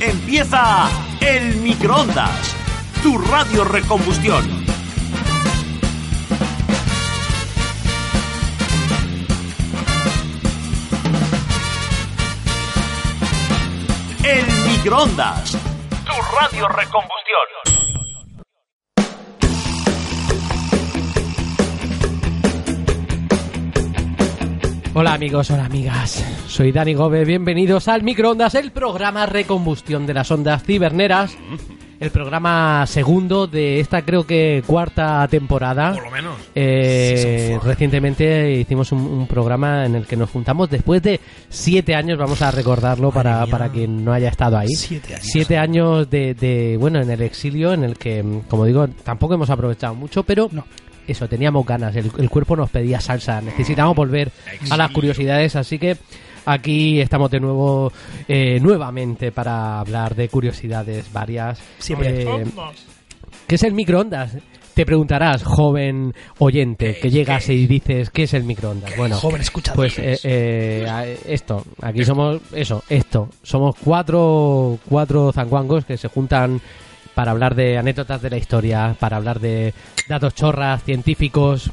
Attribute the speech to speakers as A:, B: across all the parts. A: Empieza el microondas, tu radio recombustión. El microondas, tu radio recombustión.
B: Hola amigos, hola amigas. Soy Dani Gobe, bienvenidos al Microondas, el programa Recombustión de las Ondas Ciberneras. El programa segundo de esta creo que cuarta temporada.
C: Por lo menos.
B: Eh, recientemente hicimos un, un programa en el que nos juntamos después de siete años, vamos a recordarlo para, para quien no haya estado ahí.
C: Siete años.
B: Siete años de, de, bueno, en el exilio, en el que, como digo, tampoco hemos aprovechado mucho, pero
C: No.
B: eso, teníamos ganas, el, el cuerpo nos pedía salsa, necesitábamos volver a las curiosidades, así que aquí estamos de nuevo, eh, nuevamente para hablar de curiosidades varias.
C: Siempre.
B: Eh, ¿Qué es el microondas? Te preguntarás, joven oyente, que llegas y dices, ¿qué es el microondas? Bueno,
C: joven escuchador.
B: pues eh, eh, a- esto, aquí somos, eso, esto, somos cuatro, cuatro zanguangos que se juntan para hablar de anécdotas de la historia, para hablar de datos chorras, científicos,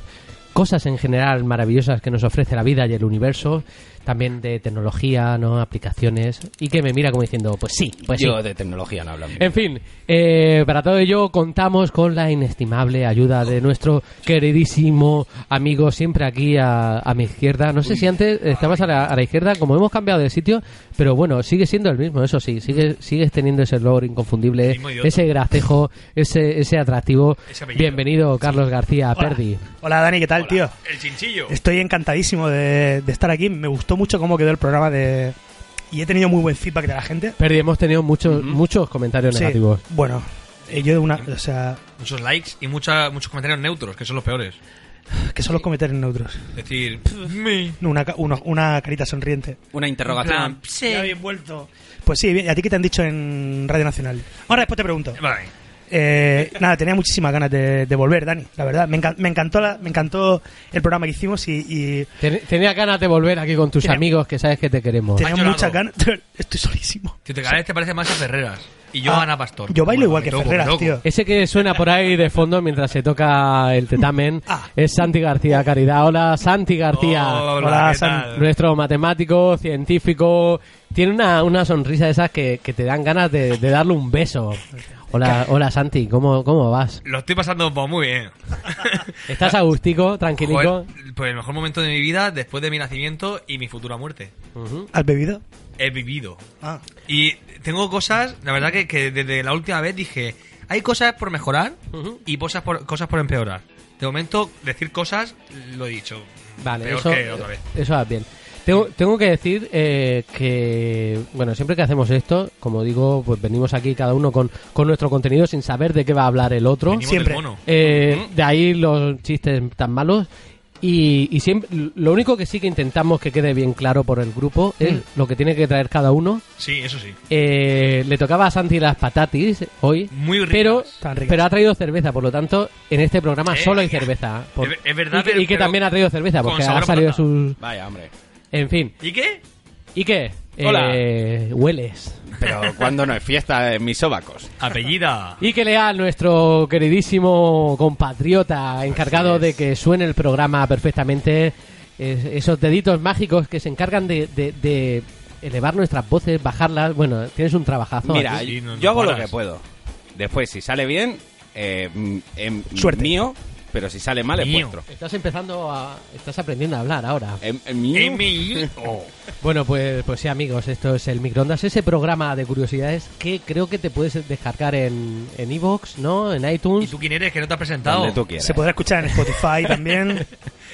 B: cosas en general maravillosas que nos ofrece la vida y el universo, también de tecnología, ¿no? aplicaciones, y que me mira como diciendo, pues sí, pues sí.
D: Yo de tecnología no hablo.
B: En fin, eh, para todo ello contamos con la inestimable ayuda de nuestro queridísimo amigo siempre aquí a, a mi izquierda. No sé si antes estabas a la, a la izquierda, como hemos cambiado de sitio, pero bueno, sigue siendo el mismo, eso sí, sigue, sigues teniendo ese olor inconfundible,
C: Mismo idiota.
B: ese gracejo, ese, ese atractivo.
C: Ese apellido.
B: Bienvenido, Carlos García Perdi.
E: Hola Dani, ¿qué tal, tío?
C: El chinchillo.
E: Estoy encantadísimo de, de estar aquí. Me gustó mucho cómo quedó el programa de... Y he tenido muy buen feedback de la gente.
B: Perdi, hemos tenido muchos, muchos comentarios
E: Sí,
B: negativos.
E: Bueno, eh, yo una... O sea,
C: Muchos likes y mucha, muchos comentarios neutros, que son los peores.
E: que son los comentarios neutros.
C: Es decir, me.
E: No, Una, ca- uno- una carita sonriente.
D: Una interrogación.
E: Ya habéis vuelto. Pues sí, bien. ¿Y a ti qué te han dicho en Radio Nacional? Ahora después te pregunto.
C: Vale.
E: Eh, nada, tenía muchísimas ganas de, de volver, Dani, la verdad. Me, encan- me encantó la- me encantó el programa que hicimos y, y
B: Ten- Tenía ganas de volver aquí con tus
E: Tenía-
B: amigos que sabes que te queremos.
E: tenía
C: llorado.
E: muchas ganas. Estoy solísimo.
C: Tío, te cada vez te parece más a Ferreras. Y yo
E: Ah,
C: a Ana Pastor.
E: yo bailo igual
C: me
E: que
C: toco, me
E: Ferreras,
C: toco.
E: tío.
B: Ese que suena por ahí de fondo mientras se toca el tetamen
E: Ah.
B: es Santi García Caridad. Hola, Santi García.
C: Oh, Hola,
E: Hola,
C: ¿qué
E: San-
C: tal?
B: Nuestro matemático, científico. Tiene una, una sonrisa de esas que, que te dan ganas de, de darle un beso. Hola, hola Santi, ¿cómo, cómo vas?
C: Lo estoy pasando pues, muy bien.
B: ¿Estás agustico, tranquilico?
C: Ah. Joder, pues el mejor momento de mi vida después de mi nacimiento y mi futura muerte.
E: ¿Has bebido?
C: He vivido.
E: Ah.
C: Y tengo cosas, la verdad que, que desde la última vez dije, hay cosas por mejorar
B: Ujú.
C: y cosas por, cosas por empeorar. De momento, decir cosas, lo he dicho.
B: Vale,
C: Peor
B: eso,
C: que otra vez.
B: eso va bien. Tengo, tengo que decir eh, que, bueno, siempre que hacemos esto, como digo, pues venimos aquí cada uno con, con nuestro contenido sin saber de qué va a hablar el otro.
C: Venimos
E: siempre.
C: del mono.
B: Eh, de ahí los chistes tan malos. Y, y siempre, lo único que sí que intentamos que quede bien claro por el grupo es
C: Mm.
B: lo que tiene que traer cada uno.
C: Sí, eso sí.
B: Eh, le tocaba a Santi las patatis hoy,
C: Muy ricas.
B: pero,
E: Tan ricas.
B: pero ha traído cerveza, por lo tanto, en este programa
C: Eh,
B: solo hay
C: ya.
B: cerveza.
C: Es-
B: Por-
C: es verdad,
B: y que, y
C: pero-
B: que
C: pero
B: también ha traído cerveza,
C: con
B: porque ha
C: sabor a
B: salido
C: patata.
B: sus...
D: Vaya, hombre.
B: En fin.
C: ¿Y qué?
B: ¿Y qué?
D: Hola.
B: Eh, hueles.
D: Pero cuando no es fiesta en mis sobacos.
C: Apellida.
B: Y que lea nuestro queridísimo compatriota encargado
D: Así
B: de
D: es.
B: que suene el programa perfectamente. es- esos deditos mágicos que se encargan de, de- de elevar nuestras voces, bajarlas. Bueno, tienes un trabajazo.
D: Mira,
B: aquí.
C: sí, no-
D: yo,
C: no
D: hago lo
C: paras.
D: que puedo. Después, si sale bien, eh, mm, em,
E: Suerte.
D: mío, pero si sale mal, es
C: Mío.
D: vuestro.
B: estás empezando a. Estás aprendiendo a hablar ahora.
D: Em- em, mío.
C: M.I. Oh.
B: Bueno, pues, pues sí, amigos, esto es el Microondas, ese programa de curiosidades que creo que te puedes descargar en en iVoox, ¿no? En
C: ¿Y
B: iTunes.
C: tú quién eres que no te has presentado?
D: Donde tú quieras.
E: Se podrá escuchar en Spotify también.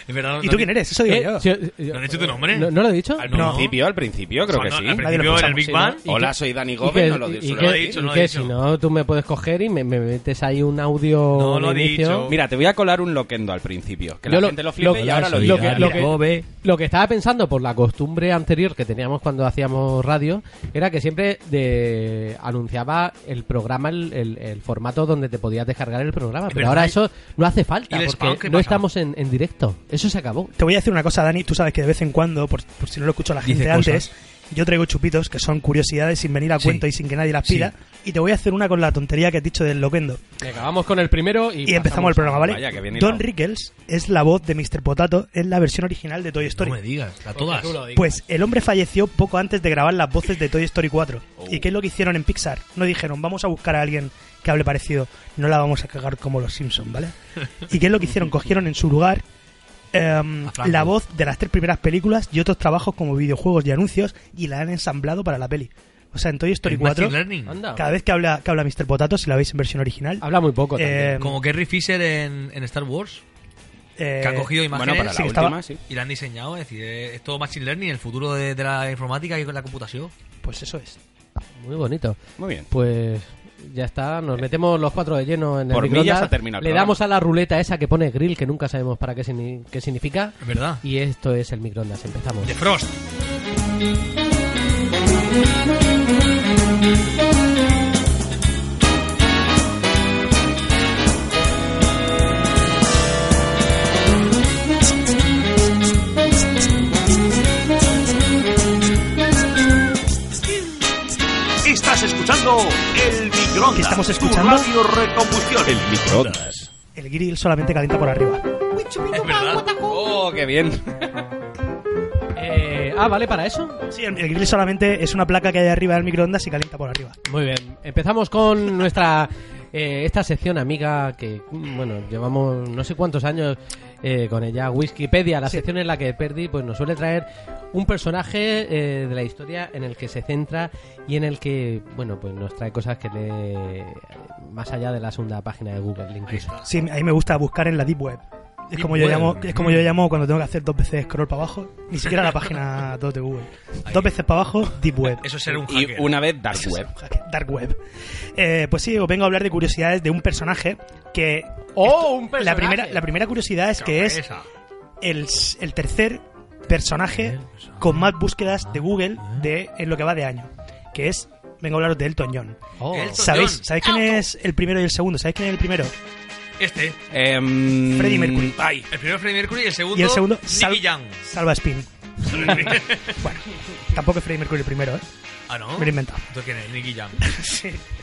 C: Es verdad, no-
E: ¿Y
C: no
E: tú
C: di-
E: quién eres? Eso digo
B: Eh,
E: yo.
B: sí, eh,
C: ¿No han dicho tu nombre? Ah,
B: ¿No, no lo he dicho?
D: Al
C: No.
D: principio, al principio, creo que
C: Cuando-
D: sí.
C: Al
E: Nadie lo
C: principio en el
E: escuchamos,
C: Big
E: sí,
C: Bang.
B: ¿Y
D: Hola,
B: qué-
D: soy Dani
B: Y que,
D: Gómez, no lo
B: y
D: suelo
B: que-
D: decir.
C: dicho, no
B: y
C: lo
B: que
C: he dicho.
B: si no, tú me puedes coger y me, me metes ahí un audio.
C: No lo
B: de
C: he
B: inicio.
C: dicho.
D: Mira, te voy a colar un loquendo al principio. Que
B: Yo
D: la
B: lo-
D: gente lo flipe
B: lo-
D: y ahora
B: lo
D: lo diga. ¿eh?
B: que-
D: Mira,
B: lo que- Lo que estaba pensando por la costumbre anterior que teníamos cuando hacíamos radio era que siempre de, anunciaba el programa, el, el- el formato donde te podías descargar el programa.
C: Es
B: Pero
C: verdad,
B: ahora
C: y-
B: eso no hace falta
C: ¿y el spam
B: porque
C: qué
B: no
C: pasa?
B: estamos en, en directo. Eso se acabó.
E: Te voy a decir una cosa, Dani. Tú sabes que de vez en cuando, por, por si no lo escucho a la
C: Dice
E: gente
C: cosas.
E: antes, yo traigo chupitos que son curiosidades sin venir a
C: Sí.
E: cuento y sin que nadie las
C: Sí.
E: pida. Y te voy a hacer una con la tontería que has dicho del loquendo.
B: Acabamos con el primero y,
E: Y, empezamos el programa, ¿vale?
D: Vaya, que bien hilado.
E: Don Rickles es la voz de Mr. Potato en la versión original de Toy Story.
C: No me digas, a todas.
E: Pues el hombre falleció poco antes de grabar las voces de Toy Story 4.
D: Oh.
E: ¿Y qué es lo que hicieron en Pixar? No dijeron, vamos a buscar a alguien que hable parecido, no la vamos a cagar como los Simpsons, ¿vale? ¿Y qué es lo que hicieron? Cogieron en su lugar em,
C: A Franco.
E: la voz de las tres primeras películas y otros trabajos como videojuegos y anuncios y la han ensamblado para la peli. O sea, en Toy Story
C: El Machine
E: 4,
C: Learning.
B: Anda.
E: cada vez que habla, que habla Mr. Potato, si la veis en versión original,
B: Habla muy poco también.
E: em,
C: Como Kerry Fisher en, en Star Wars,
E: eh,
C: que ha cogido imágenes
D: Bueno, para la
E: Ah, sí, estaba-
D: última, sí.
C: y la han diseñado. Es decir, eh, es todo Machine Learning, el futuro de, de la informática y con la computación.
E: pues eso es.
B: Muy bonito.
D: Muy bien.
B: Pues ya está, nos metemos los cuatro de lleno en el
D: Por mí ya
B: microondas.
D: se ha terminado el
B: Le
D: programa.
B: damos a la ruleta esa que pone grill, que nunca sabemos para qué, signi- qué significa.
C: Es verdad.
B: Y esto es el microondas, empezamos.
C: De Frost.
A: Estás escuchando el microondas.
E: ¿Qué estamos escuchando?
A: Tu radio recombustión.
D: El microondas.
E: El grill solamente calienta por arriba.
C: Es verdad.
D: Oh, qué bien.
B: Eh, ah, ¿vale para eso?
E: Sí, el, el grill solamente es una placa que hay arriba del microondas y calienta por arriba.
B: Muy bien, empezamos con nuestra eh, esta sección amiga que, mm, bueno, llevamos no sé cuántos años eh, con ella, Wikipedia, la
E: Sí.
B: sección en la que Perdi pues, nos suele traer un personaje eh, de la historia en el que se centra y en el que, bueno, pues nos trae cosas que le... más allá de la segunda página de Google, incluso.
E: Sí, a mí me gusta buscar en la deep web. Es
C: Deep
E: como, yo
C: web.
E: llamo, es como yo llamo cuando tengo que hacer dos veces scroll para abajo. Ni siquiera la página 2 de Google. Dos veces para abajo, deep web.
C: Eso es ser un
D: Y
C: hacker.
D: una vez Dark Web.
E: Dark web. Eh, pues sí, os vengo a hablar de curiosidades de un personaje que...
B: ¡Oh, un personaje!
E: La primera, la primera curiosidad es que es
C: Esa.
E: el, s- el tercer personaje con más búsquedas de Google de, en lo que va de año. Que es... Vengo a hablaros de Elton John.
B: Oh.
C: Elton
E: ¿Sabéis,
C: John.
E: ¿Sabéis quién es el primero y el segundo? ¿Sabéis quién es el primero?
C: Este.
D: Em,
E: Freddie Mercury.
D: ay,
C: El primero Freddie Mercury y el segundo.
E: Y el segundo,
C: Nicky
E: Sal-
C: Young.
E: Salva Spin. bueno, tampoco es Freddie Mercury el primero, ¿eh?
C: Ah, no.
E: Me lo he inventado.
C: ¿Tú quién es? Nicky Young.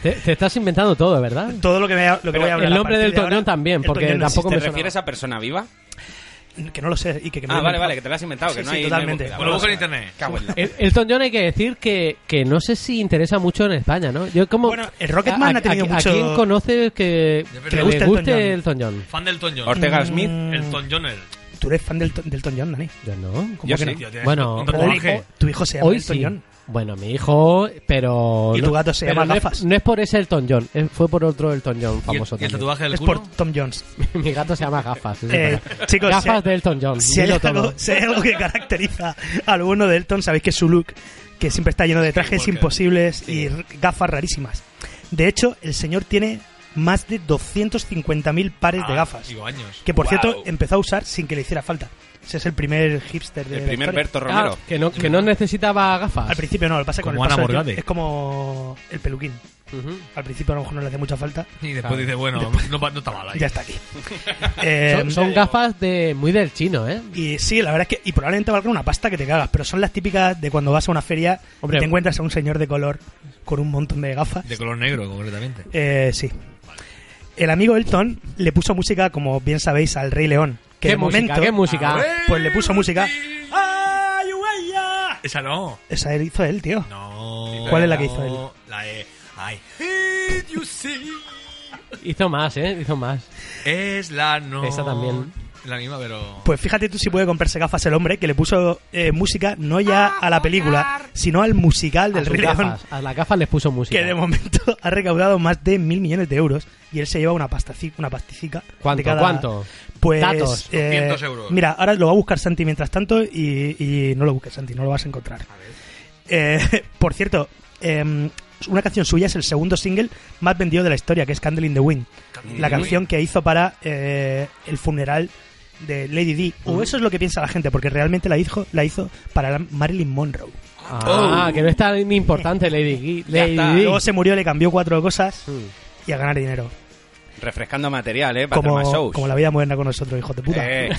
B: Te, te estás inventando todo, ¿verdad?
E: Todo lo que, me, lo que voy a hablar.
B: el
E: a
B: nombre
E: partir
B: del
E: de
B: torneo
E: ahora,
B: también,
E: el
B: porque
E: torneo no
B: tampoco
D: ¿Te
B: me
E: existe.
D: refieres a persona viva?
E: Que no lo sé y Pues que, que me
D: Ah,
E: lo he
D: vale,
E: inventado.
D: vale, que te la has inventado. Que
E: Sí,
D: no
E: sí,
D: hay,
E: totalmente. Eh,
D: No hay búsqueda.
C: Bueno, lo busco en internet.
D: Cago en la-
B: El- Elton John hay que decir que, que no sé si interesa mucho en España, ¿no? Yo como
E: Bueno, el Rocketman
B: a-
E: ha tenido
B: a-
E: mucho-
B: ¿A quién conoces que,
C: Que le
B: que le
E: guste
B: guste,
E: Elton
B: Elton John?
C: Fan del Elton John.
D: Ortega Smith.
E: Mm,
C: Elton Joner.
E: Tú eres fan del, del Elton John, Dani.
B: Yo no.
E: ¿Cómo
D: Yo
E: que
D: sí.
E: no?
C: Tío, tienes
B: Bueno,
C: un
B: hoy-
C: tatuaje.
E: Tu hijo se llama
B: Hoy
E: Elton
B: sí.
E: John.
B: Bueno, mi hijo, pero...
E: Y
B: no-
E: tu gato se
B: pero
E: llama
B: no es-
E: Gafas.
B: No es por ese Elton John, eh, fue por otro Elton John
C: ¿Y el,
B: famoso
C: y el
B: también.
C: tatuaje del
E: Es
C: culo?
E: por Tom Jones.
B: Mi gato se llama Gafas. eso
E: Eh,
B: es verdad.
E: chicos,
B: Gafas
E: si-
B: de Elton John.
E: Si hay,
B: dilo
E: algo,
B: todo.
E: si hay algo que caracteriza al bueno de Elton, sabéis que es su look, que siempre está lleno de trajes
C: Skywalker.
E: imposibles
C: Sí.
E: y r- gafas rarísimas. De hecho, el señor tiene más de 250.000 pares de
C: Ah,
E: gafas.
C: Digo, años.
E: Que por
D: Wow.
E: cierto, empezó a usar sin que le hiciera falta. Ese es el primer hipster de
D: El
E: la
D: primer
E: historia.
D: Berto
B: Ah,
D: Romero.
B: que, no, que no necesitaba gafas.
E: Al principio no, lo que pasa es que con
C: Como
E: el paso
C: Ana
E: del tiempo-
C: Morgade.
E: es como el peluquín.
B: Ujú.
E: Al principio a lo mejor no le hace mucha falta.
C: Y después dice, bueno, no, pa- no está mal ahí.
E: Ya está aquí. Eh,
B: Son, son gafas de muy del chino, ¿eh?
E: Y sí, la verdad es que. Y probablemente valga una pasta que te cagas, pero son las típicas de cuando vas a una feria
B: Hombre.
E: y te encuentras a un señor de color con un montón de gafas.
C: De color negro, concretamente.
E: Eh, sí. El amigo Elton le puso música, como bien sabéis, al Rey León. Que
B: ¿Qué
E: de
B: música?
E: momento,
B: ¿Qué música?
E: Pues le puso música.
C: Esa no.
E: Esa hizo él, tío.
C: No.
E: ¿Cuál es la que hizo
C: no, La de... I hate you see.
B: Hizo más, ¿eh? Hizo más.
C: Es la no.
B: Esa también.
C: La misma, pero...
E: Pues fíjate tú si puede comprarse gafas el hombre que le puso eh, música no ya a la película, sino al musical
B: A,
E: del
B: sus
E: Rey León,
B: gafas, a las gafas les puso música.
E: que de momento ha recaudado más de mil millones de euros y él se lleva una, pastaci- una pasticica.
B: ¿Cuánto?
E: de cada-
B: ¿Cuánto?
E: Pues,
B: Datos.
E: eh,
C: 200 euros.
E: Mira, ahora lo va a buscar Santi mientras tanto y, y no lo busques, Santi, no lo vas a encontrar. Eh, por cierto, eh, una canción suya es el segundo single más vendido de la historia, que es Candle in the Wind. La canción que hizo para eh, el funeral de Lady D. O
B: Mm.
E: eso es lo que piensa la gente, porque realmente la hizo, la hizo para la Marilyn Monroe.
B: Ah, que no es tan importante Lady Gui-
D: Ya
B: Lady
D: está,
B: Di.
E: Oh. Luego se murió, le cambió cuatro cosas
B: Mm.
E: y a ganar dinero.
D: Refrescando material, ¿eh? Para hacer más
E: Como,
D: shows.
E: como la vida moderna con nosotros, hijos de puta.
D: Eh,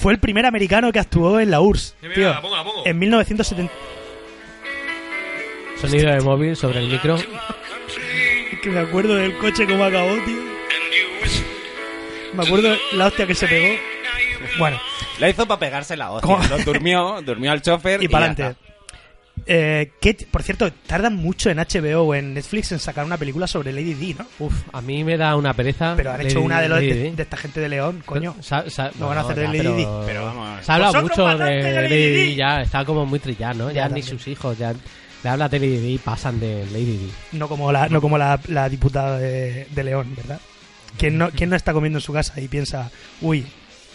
E: Fue el primer americano que actuó en la URSS.
C: Mira,
E: tío.
C: mira, la pongo, la pongo.
E: En 1970.
B: Sonido de móvil sobre el micro.
E: Que me acuerdo del coche como acabó, tío. Me acuerdo la hostia que se pegó. Bueno,
D: la hizo para pegarse la hostia.
E: ¿Cómo?
D: Lo durmió, durmió al chofer y,
E: y para
D: ya
E: adelante.
D: está. Pues
E: Eh, que, por cierto, tardan mucho en HBO o en Netflix en sacar una película sobre Lady D, ¿no?
B: Uf, a mí me da una pereza.
E: Pero han
B: Lady
E: hecho una de, los,
B: Di,
E: de,
B: Lady Di.
E: de esta gente de León, coño.
B: Sa- sa-
E: No van a hacer de
B: ya,
E: Lady
B: pero-
E: Di.
D: Pero vamos.
B: Se habla
E: Vosotros
B: mucho de,
E: mandaste
B: de
E: a Lady
B: Lady
E: Di.
B: Di, ya está como muy trillado, ¿no? Ya,
E: Ya,
B: ni
E: también.
B: sus hijos, ya le hablas de Lady Di y pasan de Lady Di.
E: No como la, no como la, la diputada de, de León, ¿verdad? ¿Quién no, ¿Quién no está comiendo en su casa y piensa, uy,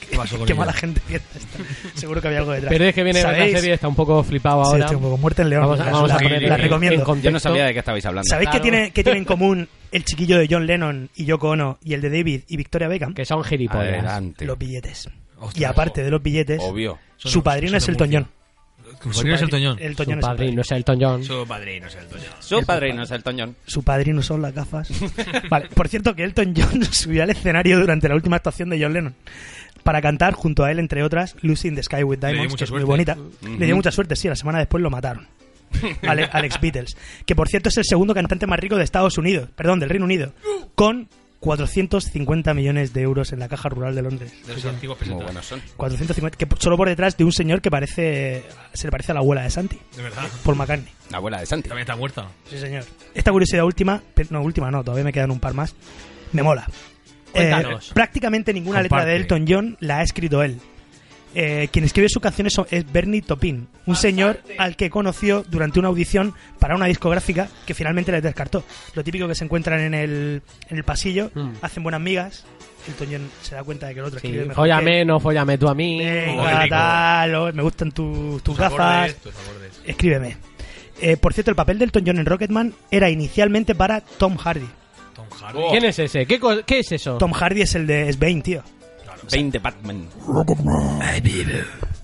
C: ¿Qué pasó con
E: qué
C: ella?
E: mala gente que está esta? Seguro que había algo detrás.
B: Pero es que viene la
E: ¿Sabéis?
B: serie, está un poco flipado
E: Sí,
B: ahora.
E: estoy un poco muerta en León.
B: Vamos,
E: la,
B: vamos
E: la-
B: a poner
E: la
B: en- en
E: recomiendo.
B: contexto.
D: Yo no sabía de qué estabais hablando.
E: ¿Sabéis qué
B: Claro.
E: tiene, qué tiene en común el chiquillo de John Lennon y Yoko Ono y el de David y Victoria Beckham?
B: Que son gilipollas.
D: Adelante.
E: Los billetes.
C: Ostras,
E: y aparte de los billetes,
D: Obvio.
C: Son
E: su
C: de-
E: padrino
C: son
E: es
C: de
E: Elton John.
C: Murcia. ¿Tu padrino es el Toñón?
E: El
B: Su
E: Toñón es el
B: padrino
E: padrino.
B: es Elton John.
C: Su padrino es el Toñón.
D: Su padrino es el Toñón.
E: Su padrino son las gafas. vale, por cierto que Elton John subió al escenario durante la última actuación de John Lennon para cantar junto a él, entre otras, Lucy in the Sky with
C: dio
E: Diamonds, que
C: mucha
E: es muy
C: suerte.
E: bonita.
D: Ujú.
E: Le dio mucha suerte, sí, la semana después lo mataron. Ale- Alex Beatles, que por cierto es el segundo cantante más rico de Estados Unidos, perdón, del Reino Unido, con 450 millones de euros en la caja rural de Londres.
C: De los antiguos
E: Pues
D: Muy
C: presentadores.
D: buenos son.
E: 450, que solo por detrás de un señor que parece se le parece a la abuela de Santi,
C: De verdad.
E: Paul McCartney.
D: La abuela de Santi.
C: También está muerta.
E: Sí, señor. Esta curiosidad última, pe- no, última no, todavía me quedan un par más, me mola. Eh,
B: Cuéntanos.
E: prácticamente ninguna letra de Elton
C: Comparte.
E: John la ha escrito él. Eh, quien escribe sus canciones son- es Bernie Topin, un señor al que conoció durante una audición para una discográfica que finalmente les descartó. Lo típico que se encuentran en el, en el pasillo,
B: Mm.
E: hacen buenas migas. Elton John se da cuenta de que el otro
B: Sí,
E: escribe mejor. que Eh, él.
B: fóllame, no fóllame tú a mí.
C: Oh, qué
E: Venga,
C: rico.
E: tal, oh, me gustan tus, tus
C: Tus acordes,
E: gafas.
C: tus acordes.
E: Escríbeme. Eh, por cierto, el papel de Elton John en Rocketman era inicialmente para Tom Hardy.
C: Tom Hardy.
E: Oh.
B: ¿Quién es ese? ¿Qué, co- qué es eso?
E: Tom Hardy es el de es Bane, tío.
D: 20 Batman.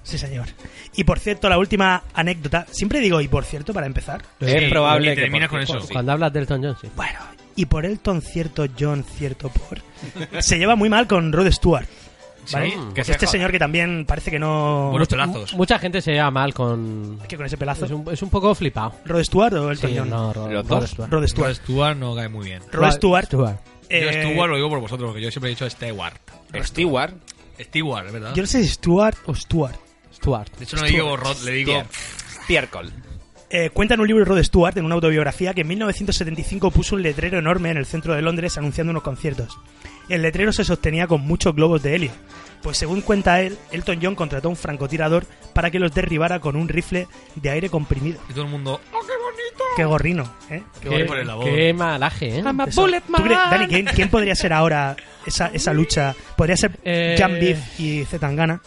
E: Sí, señor. Y por cierto, la última anécdota. Siempre digo, y por cierto, para empezar.
D: Es probable
C: y
D: que
C: terminas
D: por-
C: con eso.
D: por-
C: Sí.
B: Cuando hablas de Elton John, sí.
E: Bueno, y por Elton cierto John cierto por. Se lleva muy mal con Rod Stewart. ¿vale?
C: Sí,
D: que se
E: este
D: joda.
E: señor que también parece que no.
C: Buenos
E: Mucho-
C: pelazos.
B: Mucha gente se lleva mal con...
E: que con ese pelazo.
B: Es un, es un poco flipado.
E: ¿Rod Stewart o Elton
B: Sí,
E: John?
B: no, Ro-
D: Los
B: Rod
D: dos.
B: Stewart.
E: Rod
C: Stuart.
E: Stewart.
C: Stuart no cae muy bien.
E: Rod Stewart.
C: Yo
E: eh,
C: Stuart lo digo por vosotros, porque yo siempre he dicho Stewart.
D: Stewart.
C: Stewart, ¿verdad?
E: Yo no sé si Stewart o Stewart.
B: Stewart.
C: de hecho, no le digo Rod, le digo.
D: Estiércol.
E: Eh, cuenta en un libro de Rod Stewart, en una autobiografía, que en 1975 puso un letrero enorme en el centro de Londres anunciando unos conciertos. El letrero se sostenía con muchos globos de helio. Pues según cuenta él, Elton John contrató a un francotirador para que los derribara con un rifle de aire comprimido.
C: Y todo el mundo.
E: ¡Qué gorrino! ¿eh?
C: Qué guay por el labor.
B: qué malaje, ¿eh?
E: Eso- ¿Tú crees- Dani, ¿quién, quién podría ser ahora esa, esa lucha? Podría ser
B: Eh,
E: Jam Beef y Zetangana.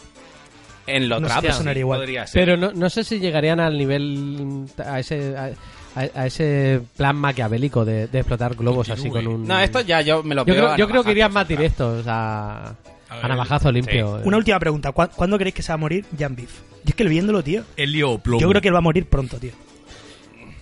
D: En lo
E: No sé,
D: trap.
E: sonaría
D: sí,
E: igual.
D: podría ser.
B: Pero no, no sé si llegarían al nivel... A ese, a, a- a ese plan maquiavélico de, de explotar globos así con un...
D: No, esto ya yo me lo
B: Yo
D: veo
B: creo,
D: a
B: yo creo que
D: navajazos,
B: irían más
D: o sea.
B: directos a,
C: A
B: a,
C: ver,
B: navajazo
C: sí.
B: limpio.
E: Una última pregunta. ¿Cuá- ¿Cuándo creéis que se va a morir Jam Beef? Yo es que viéndolo, tío,
C: Helio o plomo.
E: yo creo que él va a morir pronto, tío.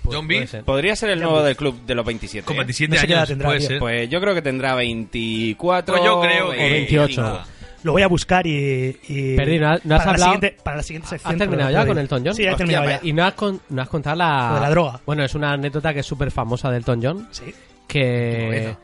B: Puede-
C: John B.
B: puede ser.
D: Podría ser el nuevo del club de los 27.
C: Con
D: ¿eh?
C: 27
E: No sé qué edad
C: años
E: tendrá,
C: puede
E: tío.
C: ser.
D: Pues yo creo que tendrá 24.
C: Pues yo creo que.
D: eh,
B: 28.
D: cinco.
E: Lo voy a buscar y. y-
B: Perdi, ¿no has- no has
E: para
B: hablado-
E: La siguiente, para la siguiente sección.
B: ¿Has terminado ya con Elton John?
E: Sí, ya he
D: Hostia,
E: terminado ya.
D: vaya.
B: Y no has, con- no has contado la...
E: Lo de la droga.
B: Bueno, es una anécdota que es súper famosa de Elton John.
E: Sí.
B: Que...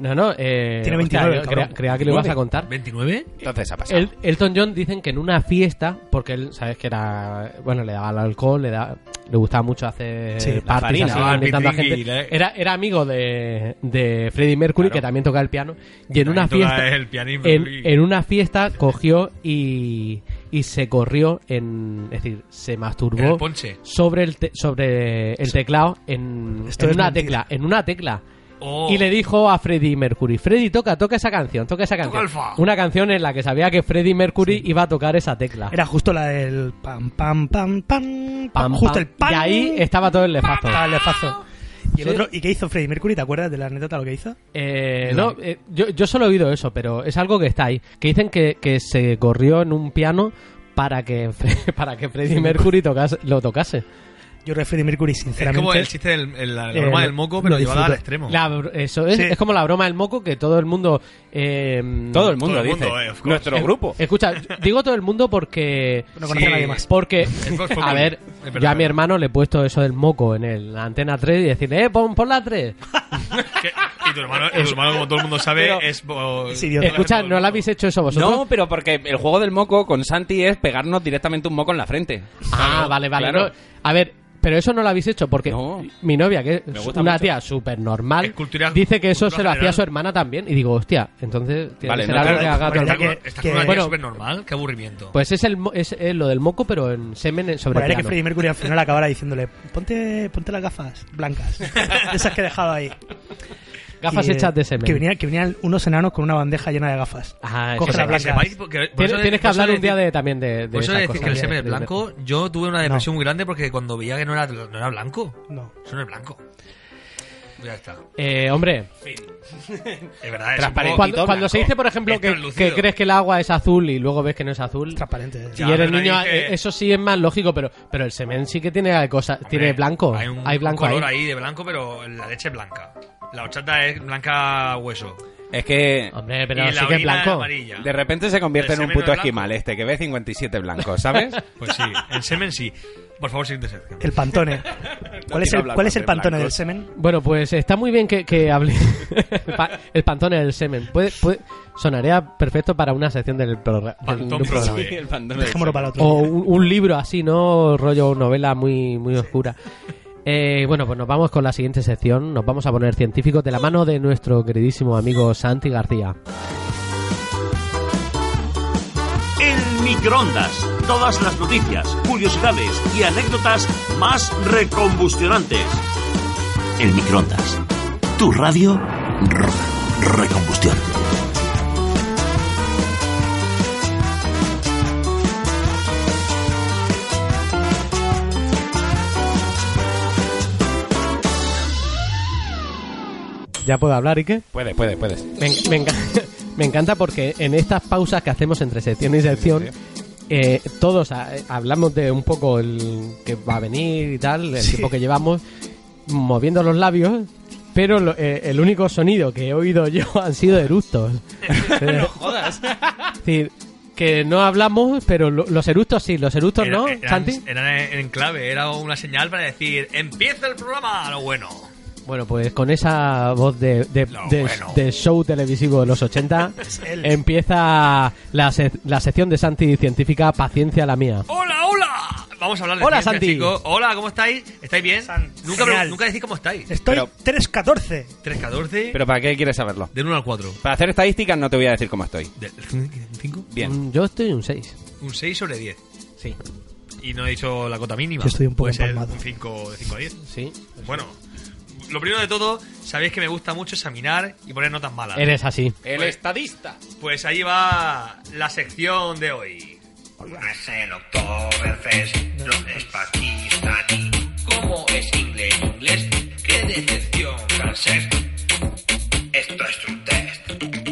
B: No, no. Eh,
E: Tiene 29,
B: yo
E: cabrón.
B: crea- creía que lo ibas a contar.
C: ¿29?
D: Entonces ha pasado.
B: El, Elton John dicen que en una fiesta, porque él, sabes que era, bueno, le daba el alcohol, le daba, le gustaba mucho hacer
E: Sí, la
B: parties
D: farina,
B: así,
C: Barbie,
B: invitando a
C: Twinkie,
B: gente.
C: la-
B: Era, era amigo de, de Freddie Mercury,
D: Claro.
B: que también tocaba el piano, y en
C: También
B: una
C: tocaba
B: fiesta,
C: el pianismo,
B: en,
C: sí.
B: en una fiesta cogió y, y se corrió en, es decir, se
C: En el
B: masturbó
C: ponche.
B: sobre el te- sobre el teclado en,
E: Esto
B: en
E: es
B: una
E: mentira.
B: tecla, en una tecla.
C: Oh.
B: Y le dijo a Freddie Mercury, Freddie toca, toca esa canción, toca esa canción.
C: alfa.
B: Una canción en la que sabía que Freddie Mercury iba a tocar esa tecla.
E: Era justo la del pam, pam, pam, pam,
B: Pam,
E: justo
B: pam.
E: el pam.
B: Y ahí estaba todo el lefazo.
E: Estaba el lefazo. Y el
B: Sí.
E: otro, ¿y qué hizo Freddie Mercury? ¿Te acuerdas de la anécdota lo que hizo?
B: Eh, no, eh, yo, yo solo he oído eso, pero es algo que está ahí. Que dicen que, que se corrió en un piano para que, para que Freddie Mercury tocase, lo tocase.
E: Yo creo que Freddie Mercury,
C: Es
E: sinceramente.
C: como el chiste del el- la, la
E: Eh,
C: broma
E: lo-
C: del moco,
E: lo
C: pero llevada al
E: disfruto.
C: extremo.
B: La br- eso es,
E: Sí.
B: es como la broma del moco que todo el mundo... eh,
D: Todo el mundo
C: Todo el
D: dice.
C: mundo, eh, of course.
D: Nuestro
B: Eh,
D: grupo.
B: Escucha, digo todo el mundo porque.
E: No conozco a nadie más.
B: Porque,
C: Fox
B: a
C: Populi.
B: ver,
C: Es verdad,
B: yo a mi
C: verdad.
B: hermano le he puesto eso del moco en el, la antena 3 y decirle, eh, pon, pon la 3.
C: Que- y tu hermano, tu hermano, como todo el mundo sabe,
D: Pero-
C: es. bo-
E: Es idiota.
B: Escucha, ¿no le habéis hecho eso vosotros?
D: No, pero porque el juego del moco con Santi es pegarnos directamente un moco en la frente.
B: Ah, vale, vale.
D: Claro.
B: no. a ver, pero eso no lo habéis hecho porque
D: No.
B: mi novia, que
D: Me
B: es
D: gusta
B: una
D: mucho.
B: tía súper normal,
C: Es cultura-
B: dice que eso
C: cultura
B: se lo hacía
C: general.
B: a su hermana también. Y digo, hostia, entonces tiene
D: Vale,
B: que ser
D: no,
B: algo
D: claro,
B: que haga todo el
C: Estás
B: mundo.
C: con-
E: que-
C: estás con una
B: bueno.
C: tía súper normal, qué aburrimiento.
B: Pues es, el, mo- es, eh, lo del moco, pero en semen sobre el
E: Por ahí que
B: piano.
E: Freddie Mercury al final acabará diciéndole: ponte, ponte las gafas blancas. de esas que he dejado ahí.
B: Gafas
E: Y, eh,
B: hechas de semen.
E: Que, venía- que venían unos enanos con una bandeja llena de gafas.
B: Ah,
E: Coge
B: eso
E: la
B: es.
C: Que
E: blancas.
C: sepáis, porque- por
B: Tienes,
C: eso de-
B: tienes que
C: por eso
B: hablar un día
C: decir-
B: de, también de, de
C: Por eso
B: esas
C: de decir
B: cosas.
C: que el semen es
B: Bien,
C: blanco, yo tuve una depresión muy grande porque cuando veía que no era, no era blanco,
E: No.
C: eso no es blanco. Ya está.
B: Eh, hombre,
C: Es verdad, es un
D: Transparente.
C: poco-
B: cuando, cuando se dice, por ejemplo,
C: Es
B: que,
C: translúcido.
B: que crees que el agua es azul y luego ves que no es azul,
E: Transparente.
B: si
C: Ya,
B: eres
C: pero ahí
B: niño,
C: que-
B: eh, eso sí es más lógico, pero, pero el semen sí que tiene cosas, tiene
C: Hombre,
B: blanco.
C: Hay
B: Hay,
C: un
B: blanco ahí.
C: color ahí. de blanco, pero la leche es blanca. La horchata es blanca hueso.
D: Es que
B: Hombre,
C: y
B: pero
C: la
B: sí que es
C: orina
B: blanco.
C: amarilla.
D: de repente se convierte
C: ¿El
D: en un
C: semen no
D: puto
C: es blanco?
D: esquimal este que ve 57 blancos, ¿sabes?
C: Pues sí, el semen sí. Por favor, siguiente sección.
E: El pantone. ¿Cuál es
D: quiero
E: el,
D: hablar
E: cuál es
D: más
E: el
D: de
E: pantone del
D: blancos.
E: semen?
B: Bueno, pues está muy bien que, que hable el, pa- el pantone del semen. Puede, puede- sonaría perfecto para una sección del, programa
C: Pantón Pro.
D: Sí, el fandom del
E: Dejémoslo para el otro.
B: O un, un libro así, ¿no? Rollo novela muy, muy oscura. Eh, bueno, pues nos vamos con la siguiente sección. Nos vamos a poner científicos de la mano de nuestro queridísimo amigo Santi García.
A: El microondas. Todas las noticias, curiosidades y anécdotas más recombustionantes. El microondas. Tu radio re- recombustión.
B: ¿Ya puedo hablar y qué?
D: Puede, puede, puede.
B: Me, en- me enca- me encanta porque en estas pausas que hacemos entre sección y sección, eh, todos a- hablamos de un poco el que va a venir y tal, el tiempo que llevamos, moviendo los labios, pero lo- eh, el único sonido que he oído yo han sido eructos. Eh, no
D: Jodas.
B: Es decir, que no hablamos, pero lo- los eructos sí, los eructos
C: Era-
B: no,
C: eh, eran-
B: Santi.
C: eran en clave, era una señal para decir: empieza el programa, lo bueno.
B: Bueno, pues con esa voz de, de-
C: Lo
B: de-
C: bueno.
B: de show televisivo de los 80,
E: él.
B: empieza la, sec- la sección de Santi científica Paciencia la mía.
C: ¡Hola, hola! Vamos a hablar de
B: Hola,
C: ciencia,
B: Santi.
C: chicos. Hola, ¿cómo estáis? ¿Estáis bien?
E: San-
C: nunca,
E: genial.
C: nunca decís cómo estáis.
E: Estoy
D: Pero-
E: 3.14.
C: 3-14,
D: Pero ¿para qué quieres saberlo?
C: del 1 al 4.
D: Para hacer estadísticas no te voy a decir cómo estoy.
C: Del 5,
D: Bien.
B: Mm, Yo estoy un 6.
C: un 6 sobre 10.
B: Sí.
C: Y no he dicho la cota mínima.
E: Yo estoy un poco
C: Puede ser
E: empalmado.
C: un 5 de 5 a 10.
B: Sí.
C: Bueno, lo primero de todo, sabéis que me gusta mucho examinar y poner notas malas.
B: Eres así.
D: El estadista.
C: Pues ahí va la sección de hoy.
F: Es el Oktoberfest, no es pakistaní. ¿Cómo es inglés y inglés? ¡Qué decepción francés! Esto es un test,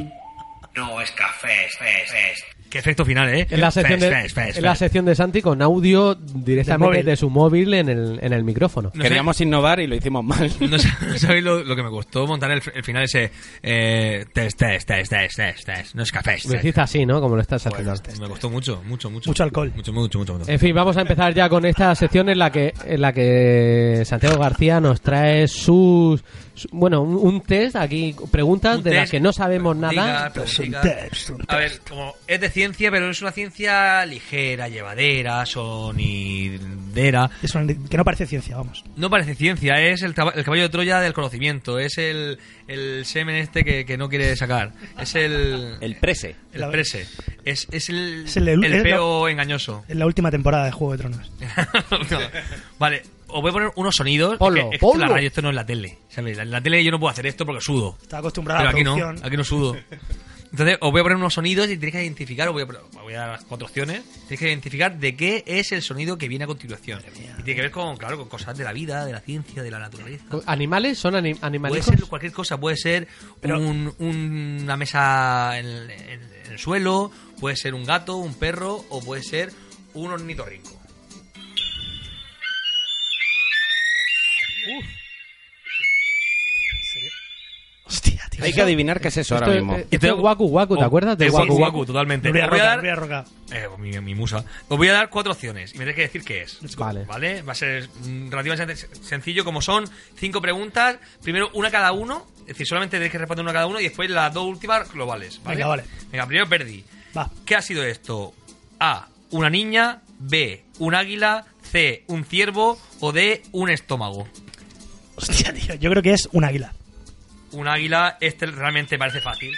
F: no es café, fest, fest.
C: Qué efecto final, ¿eh?
B: En la sección, de,
C: Fes, fes, fes,
B: en la
C: fes.
B: sección de Santi con audio directamente
E: móvil.
B: de su móvil en el, en el micrófono.
C: No sé-
D: Queríamos innovar y lo hicimos mal.
C: No sa- no sabéis lo, lo que me costó montar el, el final ese eh, test, test, test, test, test, test. No es café.
B: Lo hiciste así, ¿no? Como lo estás
C: Joder,
B: haciendo.
C: me costó mucho, mucho, mucho.
E: Mucho alcohol.
C: Mucho, mucho, mucho. mucho.
B: En fin, vamos a empezar ya con esta sección en la que, en la que Santiago García nos trae sus, su- bueno, un, un test aquí, preguntas
C: Un
B: de las
C: test,
B: que no sabemos nada.
C: preguntica,
E: Es un
C: preguntica.
E: test, un
C: A ver, como es de ciencia, pero es una ciencia ligera, llevadera, sonidera.
E: Es una- que no parece ciencia, vamos.
C: No parece ciencia, es el, traba- el caballo de Troya del conocimiento, es el, el semen este que, que no quiere sacar, es el...
D: El prese.
C: el prese, es, es el,
E: Es el-
C: el
E: es la-
C: peo engañoso.
E: Es la última temporada de Juego de Tronos.
C: No. Vale, os voy a poner unos sonidos.
B: Ponlo,
C: es que, es que esto es la
B: ponlo.
C: radio, esto no es la tele. ¿sabes? La, la tele yo no puedo hacer esto porque sudo.
E: Está acostumbrada
C: Pero
E: a la
C: aquí no,
E: producción.
C: aquí no sudo. Entonces, os voy a poner unos sonidos y tenéis que identificar, os voy a, pro- os voy a dar las cuatro opciones, tenéis que identificar de qué es el sonido que viene a continuación. Y tiene que ver con, claro, con cosas de la vida, de la ciencia, de la naturaleza.
B: ¿Animales? ¿Son ani-
C: Puede
B: animales?
C: ser cualquier cosa, puede ser un- un- una mesa en, en- en el suelo, puede ser un gato, un perro o puede ser un ornitorrinco.
E: Hostia, tío.
D: Hay que adivinar qué es eso ahora
B: Esto es-
D: mismo.
B: eh, esto es Waku Waku, ¿te acuerdas?
C: De
B: De
C: Waku
B: Waku
C: Waku,
B: Waku.
C: totalmente.
E: Nuria
C: Os voy a
E: Roca,
C: dar-
E: Nuria Roca.
C: Eh, mi, mi musa. Os voy a dar cuatro opciones y me tenéis que decir qué es.
B: Vale.
C: ¿Vale? Va a ser mm, relativamente sen- sencillo, como son cinco preguntas. Primero una cada uno, es decir, solamente tenéis que responder una cada uno y después las dos últimas globales. ¿vale?
E: Venga, vale.
C: Venga, primero Verdi.
E: Va.
C: ¿Qué ha sido esto? A. Una niña. B. Un águila. C. Un ciervo. O D. Un estómago.
E: Hostia, tío. Yo creo que es un águila.
C: Un águila, este realmente parece fácil.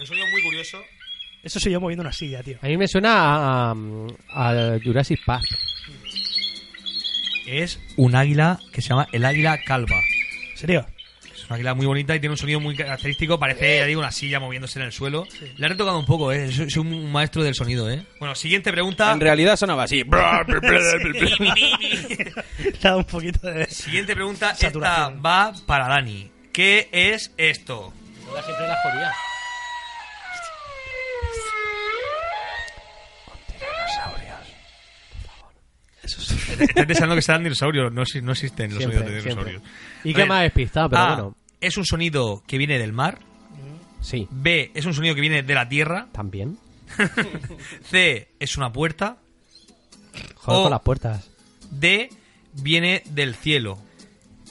C: Un sonido muy curioso.
E: Eso soy yo moviendo una silla, tío.
B: A mí me suena a, a- a Jurassic Park.
C: es un águila que se llama el águila calva.
E: ¿En serio?
C: Es una águila muy bonita y tiene un sonido muy característico. Parece, ya digo, una silla moviéndose en el suelo. Le ha retocado un poco, ¿eh? Soy, soy un maestro del sonido, ¿eh? Bueno, siguiente pregunta.
D: En realidad sonaba así.
E: Le ha dado un poquito de...
C: siguiente pregunta. Esta
E: Saturación.
C: va para Dani. ¿Qué es esto? Estás pensando que sean dinosaurios. No, no existen
B: Siempre, siempre. Y qué más despistado, pero bueno.
C: Es un sonido que viene del mar.
B: Sí,
C: B. Es un sonido que viene de la tierra.
B: también.
C: C. Es una puerta.
B: Joder
C: Oh.
B: con las puertas.
C: D viene del cielo,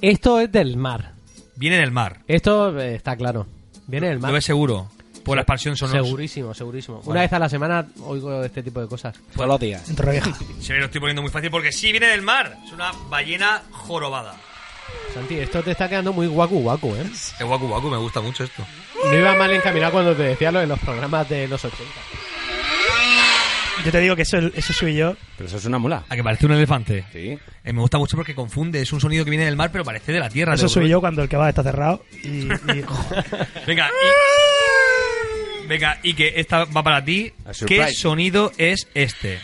B: Esto es del mar.
C: viene del mar.
B: Esto eh, está claro. Viene del mar.
C: Lo ves seguro por la expansión sonora.
B: Segurísimo, segurísimo. Una vez a la semana oigo este tipo de cosas.
D: Todos los días.
E: En Torrevieja.
C: Se ve, lo estoy poniendo muy fácil porque sí viene del mar. Es una ballena jorobada.
B: Santi, esto te está quedando muy guacu guacu, ¿eh?
C: Es guacu guacu, me gusta mucho esto.
B: No iba mal encaminado cuando te decía lo de los programas de los 80.
E: Yo te digo que eso, eso soy yo.
D: Pero eso es una mula.
C: A que parece un elefante.
D: Sí.
C: Eh, me gusta mucho porque confunde. Es un sonido que viene del mar, pero parece de la tierra. te
E: Eso
C: lo
E: soy yo cuando el kebab está cerrado. Y, y- joder.
C: prometo. Venga, y... Venga, y que esta va para ti.
D: A surprise.
C: ¿Qué sonido es este?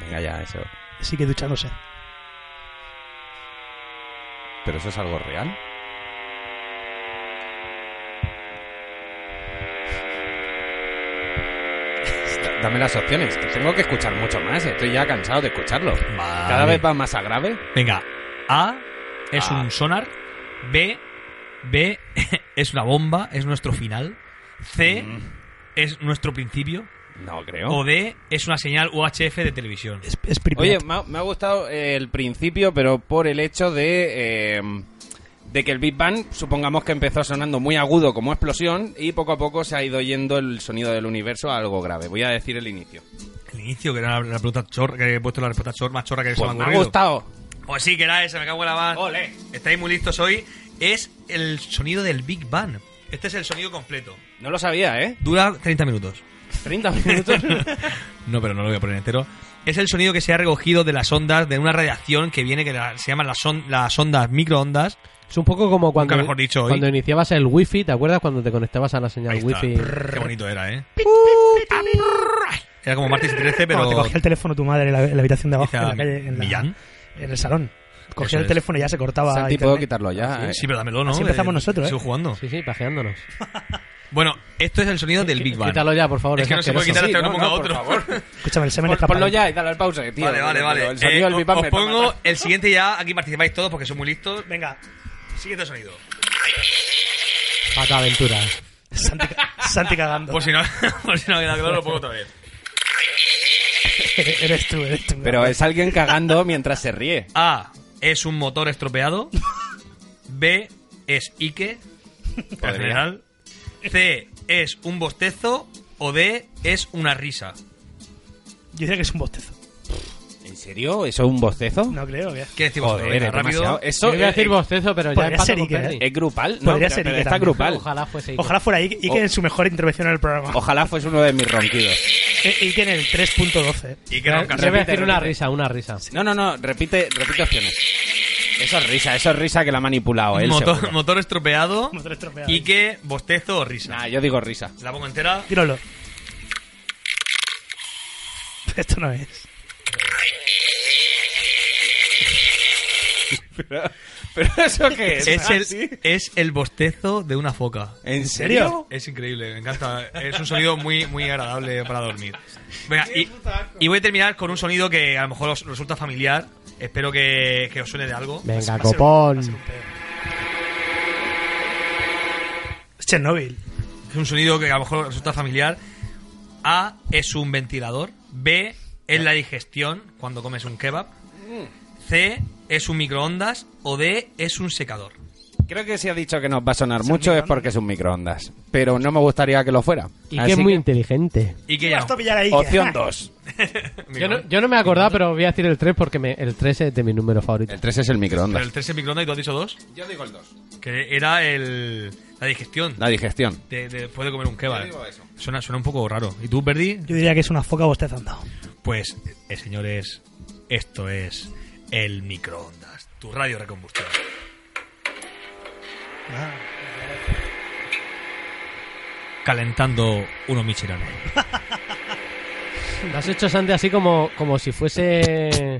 D: Venga ya, eso.
E: sí que duchándose.
D: Pero eso es algo real. Da- Dame las opciones, que tengo que escuchar mucho más, estoy ya cansado de escucharlo.
C: Vale.
D: Cada vez va más a grave.
C: Venga, A es
D: Ah.
C: un sonar. B, B es una bomba, es nuestro final. C
D: Mm.
C: es nuestro principio.
D: No creo.
C: O D es una señal UHF de televisión.
E: Es, es Pripyat.
D: Oye, me ha, me ha gustado eh, el principio, pero por el hecho de, eh, de que el Big Bang, supongamos que empezó sonando muy agudo como explosión y poco a poco se ha ido yendo el sonido del universo a algo grave. Voy a decir el inicio.
C: El inicio, que era la, la pregunta chorra, que he puesto la respuesta chorra, más chorra que se
D: Pues
C: me ha
D: me ha
C: ocurrido.
D: gustado.
C: Pues sí, que era esa, me cago en la van.
D: Ole.
C: Estáis muy listos hoy. Es el sonido del Big Bang. Este es el sonido completo.
D: No lo sabía, ¿eh?
C: Dura 30 minutos.
D: 30 minutos.
C: No, pero no lo voy a poner entero. Es el sonido que se ha recogido de las ondas, de una radiación que viene, que la- se llaman las, on- las ondas microondas.
B: Es un poco como cuando,
C: Nunca mejor dicho, hoy.
B: cuando iniciabas el wifi, ¿te acuerdas cuando te conectabas a la señal
C: Ahí está.
B: wifi?
C: Qué bonito era, ¿eh? Era como martes y 13, pero...
E: Cuando te cogía el teléfono tu madre en la, en la habitación de abajo,
C: Dice,
E: en la calle, en, la-
C: ¿Millán?
E: en el salón. Cogía
C: Eso
E: el
C: es.
E: teléfono y ya se cortaba.
D: Santi,
E: internet.
D: puedo quitarlo ya.
C: Sí, pero dámelo, ¿no?
E: Así empezamos
C: Eh,
E: nosotros, ¿eh?
C: Sigo jugando.
B: Sí, sí, pajeándonos.
C: Bueno, esto es el
D: Eh,
C: sonido del Big Bang.
B: Quítalo ya, por favor.
C: Es que no se puede
B: asqueroso.
C: quitar hasta que
D: Sí,
C: no
D: no,
C: ponga
D: no, por
C: otro.
D: favor.
E: Escúchame, el semen
D: Pon-
E: está
D: ponlo
E: para-
D: ya y dale al pause, tío.
C: Vale, vale, vale.
D: El sonido
C: Eh,
D: del Big Bang
C: os
D: me está
C: pongo
D: matando.
C: el siguiente ya. Aquí participáis todos porque sois muy listos.
E: Venga,
C: Siguiente sonido.
B: Pataventura.
E: Santi, Santi cagando.
C: Por si no, por si no queda claro, lo pongo otra vez.
E: eres tú, eres tú.
C: Pues
D: Pero eh, es alguien cagando mientras se ríe.
C: A. Es un motor estropeado. B. Es Ike. En
D: Podría.
C: general. C. es un bostezo o D es una risa.
E: Yo diría que es un bostezo.
D: ¿En serio? ¿Eso es un bostezo?
E: No creo eh. que.
C: ¿Qué decimos?
D: Joder,
C: Venga,
D: es
C: rápido.
D: demasiado. Eso
B: Yo iba a
D: es- eh,
B: decir bostezo, pero ya
E: eh, podría
B: empato
E: ser
B: con
E: Iker,
B: Perdi.
D: es grupal, no,
E: Podría
D: pero-
E: ser
D: pero
E: Iker
D: está
E: también.
D: grupal.
B: Ojalá fuese Iker.
E: Ojalá fuera Ike, Ike en su mejor intervención en el programa.
D: Ojalá fuese uno de mis ronquidos.
E: I- Ike en el 3.12.
C: Y que
B: Yo
C: no,
B: voy a
C: Carlos,
B: decir una risa, una risa.
D: No, no, no, repite, repite opciones. Eso es risa, eso es risa que la ha manipulado él.
C: motor,
D: seguro.
C: motor estropeado.
E: Motor estropeado.
C: Y que bostezo o risa.
D: Nah, yo digo risa.
C: La pongo entera.
E: Tíralo. Esto no es.
D: Pero, pero eso qué es.
C: Es
D: ¿Ah, sí?
C: el, es el bostezo de una foca.
D: ¿En serio?
C: Es increíble, me encanta. Es un sonido muy, muy agradable para dormir. Venga, y, y voy a terminar con un sonido que a lo mejor os resulta familiar. Espero que, que os suene de algo.
B: Venga,
E: Va a ser un- va a
B: copón.
E: ser un pedo. Es Chernobyl.
C: Es un sonido que a lo mejor resulta familiar. A es un ventilador. B es la digestión cuando comes un kebab. C es un microondas. O D es un secador.
D: Creo que si ha dicho que nos va a sonar mucho es porque es un microondas. Pero no me gustaría que lo fuera.
B: Y
D: Así
B: que es muy inteligente.
C: Y que ya
E: Vas
C: no.
E: a pillar a Ike.
D: Opción 2.
B: Yo no, yo no me he acordado, pero voy a decir el 3 porque me- el 3 es de mi número favorito.
D: El 3 es el
C: Pero el
D: microondas.
C: 13 microondas y tú has dicho dos.
D: Yo digo el 2.
C: Que era el, la digestión.
D: La digestión.
C: de- de- después de comer un kebab.
D: digo eso.
C: Suena, suena un poco raro. ¿Y tú, Verdi?
E: Yo diría que es una foca bostezando.
C: Pues, eh, señores, esto es el microondas, tu radio recombustión. Calentando uno Michelin.
B: Lo has hecho, Santi, así como, como si fuese...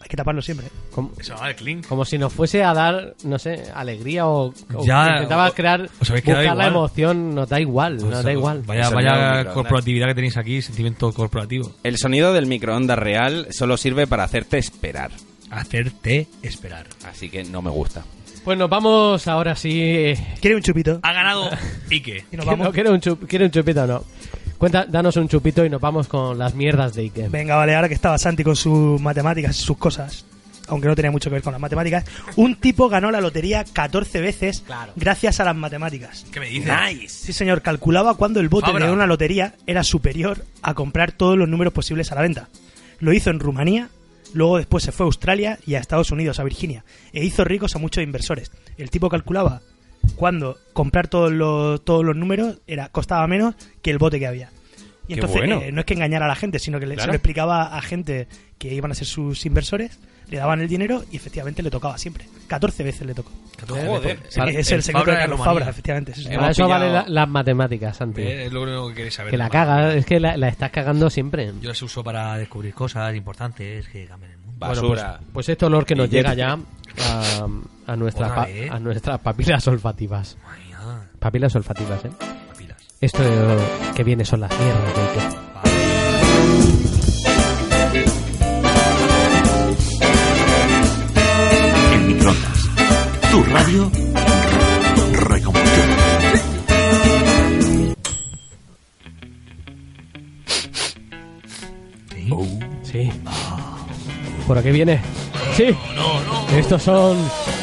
E: Hay que taparlo siempre.
B: Como,
C: Eso va el clink.
B: como si nos fuese a dar, no sé, alegría o, o
C: Ya,
B: intentabas
C: o-
B: crear...
C: os habéis quedado
B: buscar la
C: igual. Pues
B: emoción, nos da igual, nos da igual.
C: Vaya,
D: Eso no,
C: vaya
D: microondas.
C: corporatividad que tenéis aquí, sentimiento corporativo.
D: El sonido del microondas real solo sirve para hacerte esperar.
C: Hacerte esperar.
D: Así que no me gusta.
B: Pues nos vamos ahora sí...
E: ¿Quiere un chupito?
C: Ha ganado Ike.
E: Y nos vamos.
B: Ah, No, quiero un, chup- quiero un chupito o no. Cuenta, danos un chupito y nos vamos con las mierdas de Iker.
E: Venga, vale, ahora que estaba Santi con sus matemáticas y sus cosas, aunque no tenía mucho que ver con las matemáticas, un tipo ganó la lotería 14 veces
B: Claro.
E: gracias a las matemáticas.
C: ¿Qué me dices?
E: Sí, señor, calculaba cuando el bote
C: Fabra.
E: de una lotería era superior a comprar todos los números posibles a la venta. Lo hizo en Rumanía, luego después se fue a Australia y a Estados Unidos, a Virginia, e hizo ricos a muchos inversores. El tipo calculaba cuando comprar todos los, todos los números era costaba menos que el bote que había. Y
D: Qué
E: entonces
D: bueno.
E: eh, no es que engañara a la gente, sino que le, se
D: Claro.
E: lo explicaba a gente que iban a ser sus inversores, le daban el dinero y efectivamente le tocaba siempre. 14 veces le tocó.
C: Joder.
B: Para-
E: es el, secreto
C: Fabra
E: de
C: de
E: Carlos
C: Rumanía.
E: Fabra, efectivamente. sí, sí.
D: Hemos
B: Para eso
D: pillado-
B: valen la- las matemáticas, Santi.
C: Eh, Es lo único que queréis saber.
B: Que la cagas, es que la, la estás cagando siempre.
C: Yo las uso para descubrir cosas importantes que cambian el mundo.
D: Basura.
B: Pues este olor que nos
D: Y
B: llega
D: yo-
B: ya a, a nuestras
C: Otra
B: pa-
C: vez.
B: a nuestras papilas olfativas.
C: Madre mía,
B: Papilas olfativas, ¿eh?
C: papilas.
B: Esto que viene son las mierdas de Iker.
A: En microondas, tu radio recombustión. Oh.
B: Sí. ¿Por aquí viene? Sí. Estos son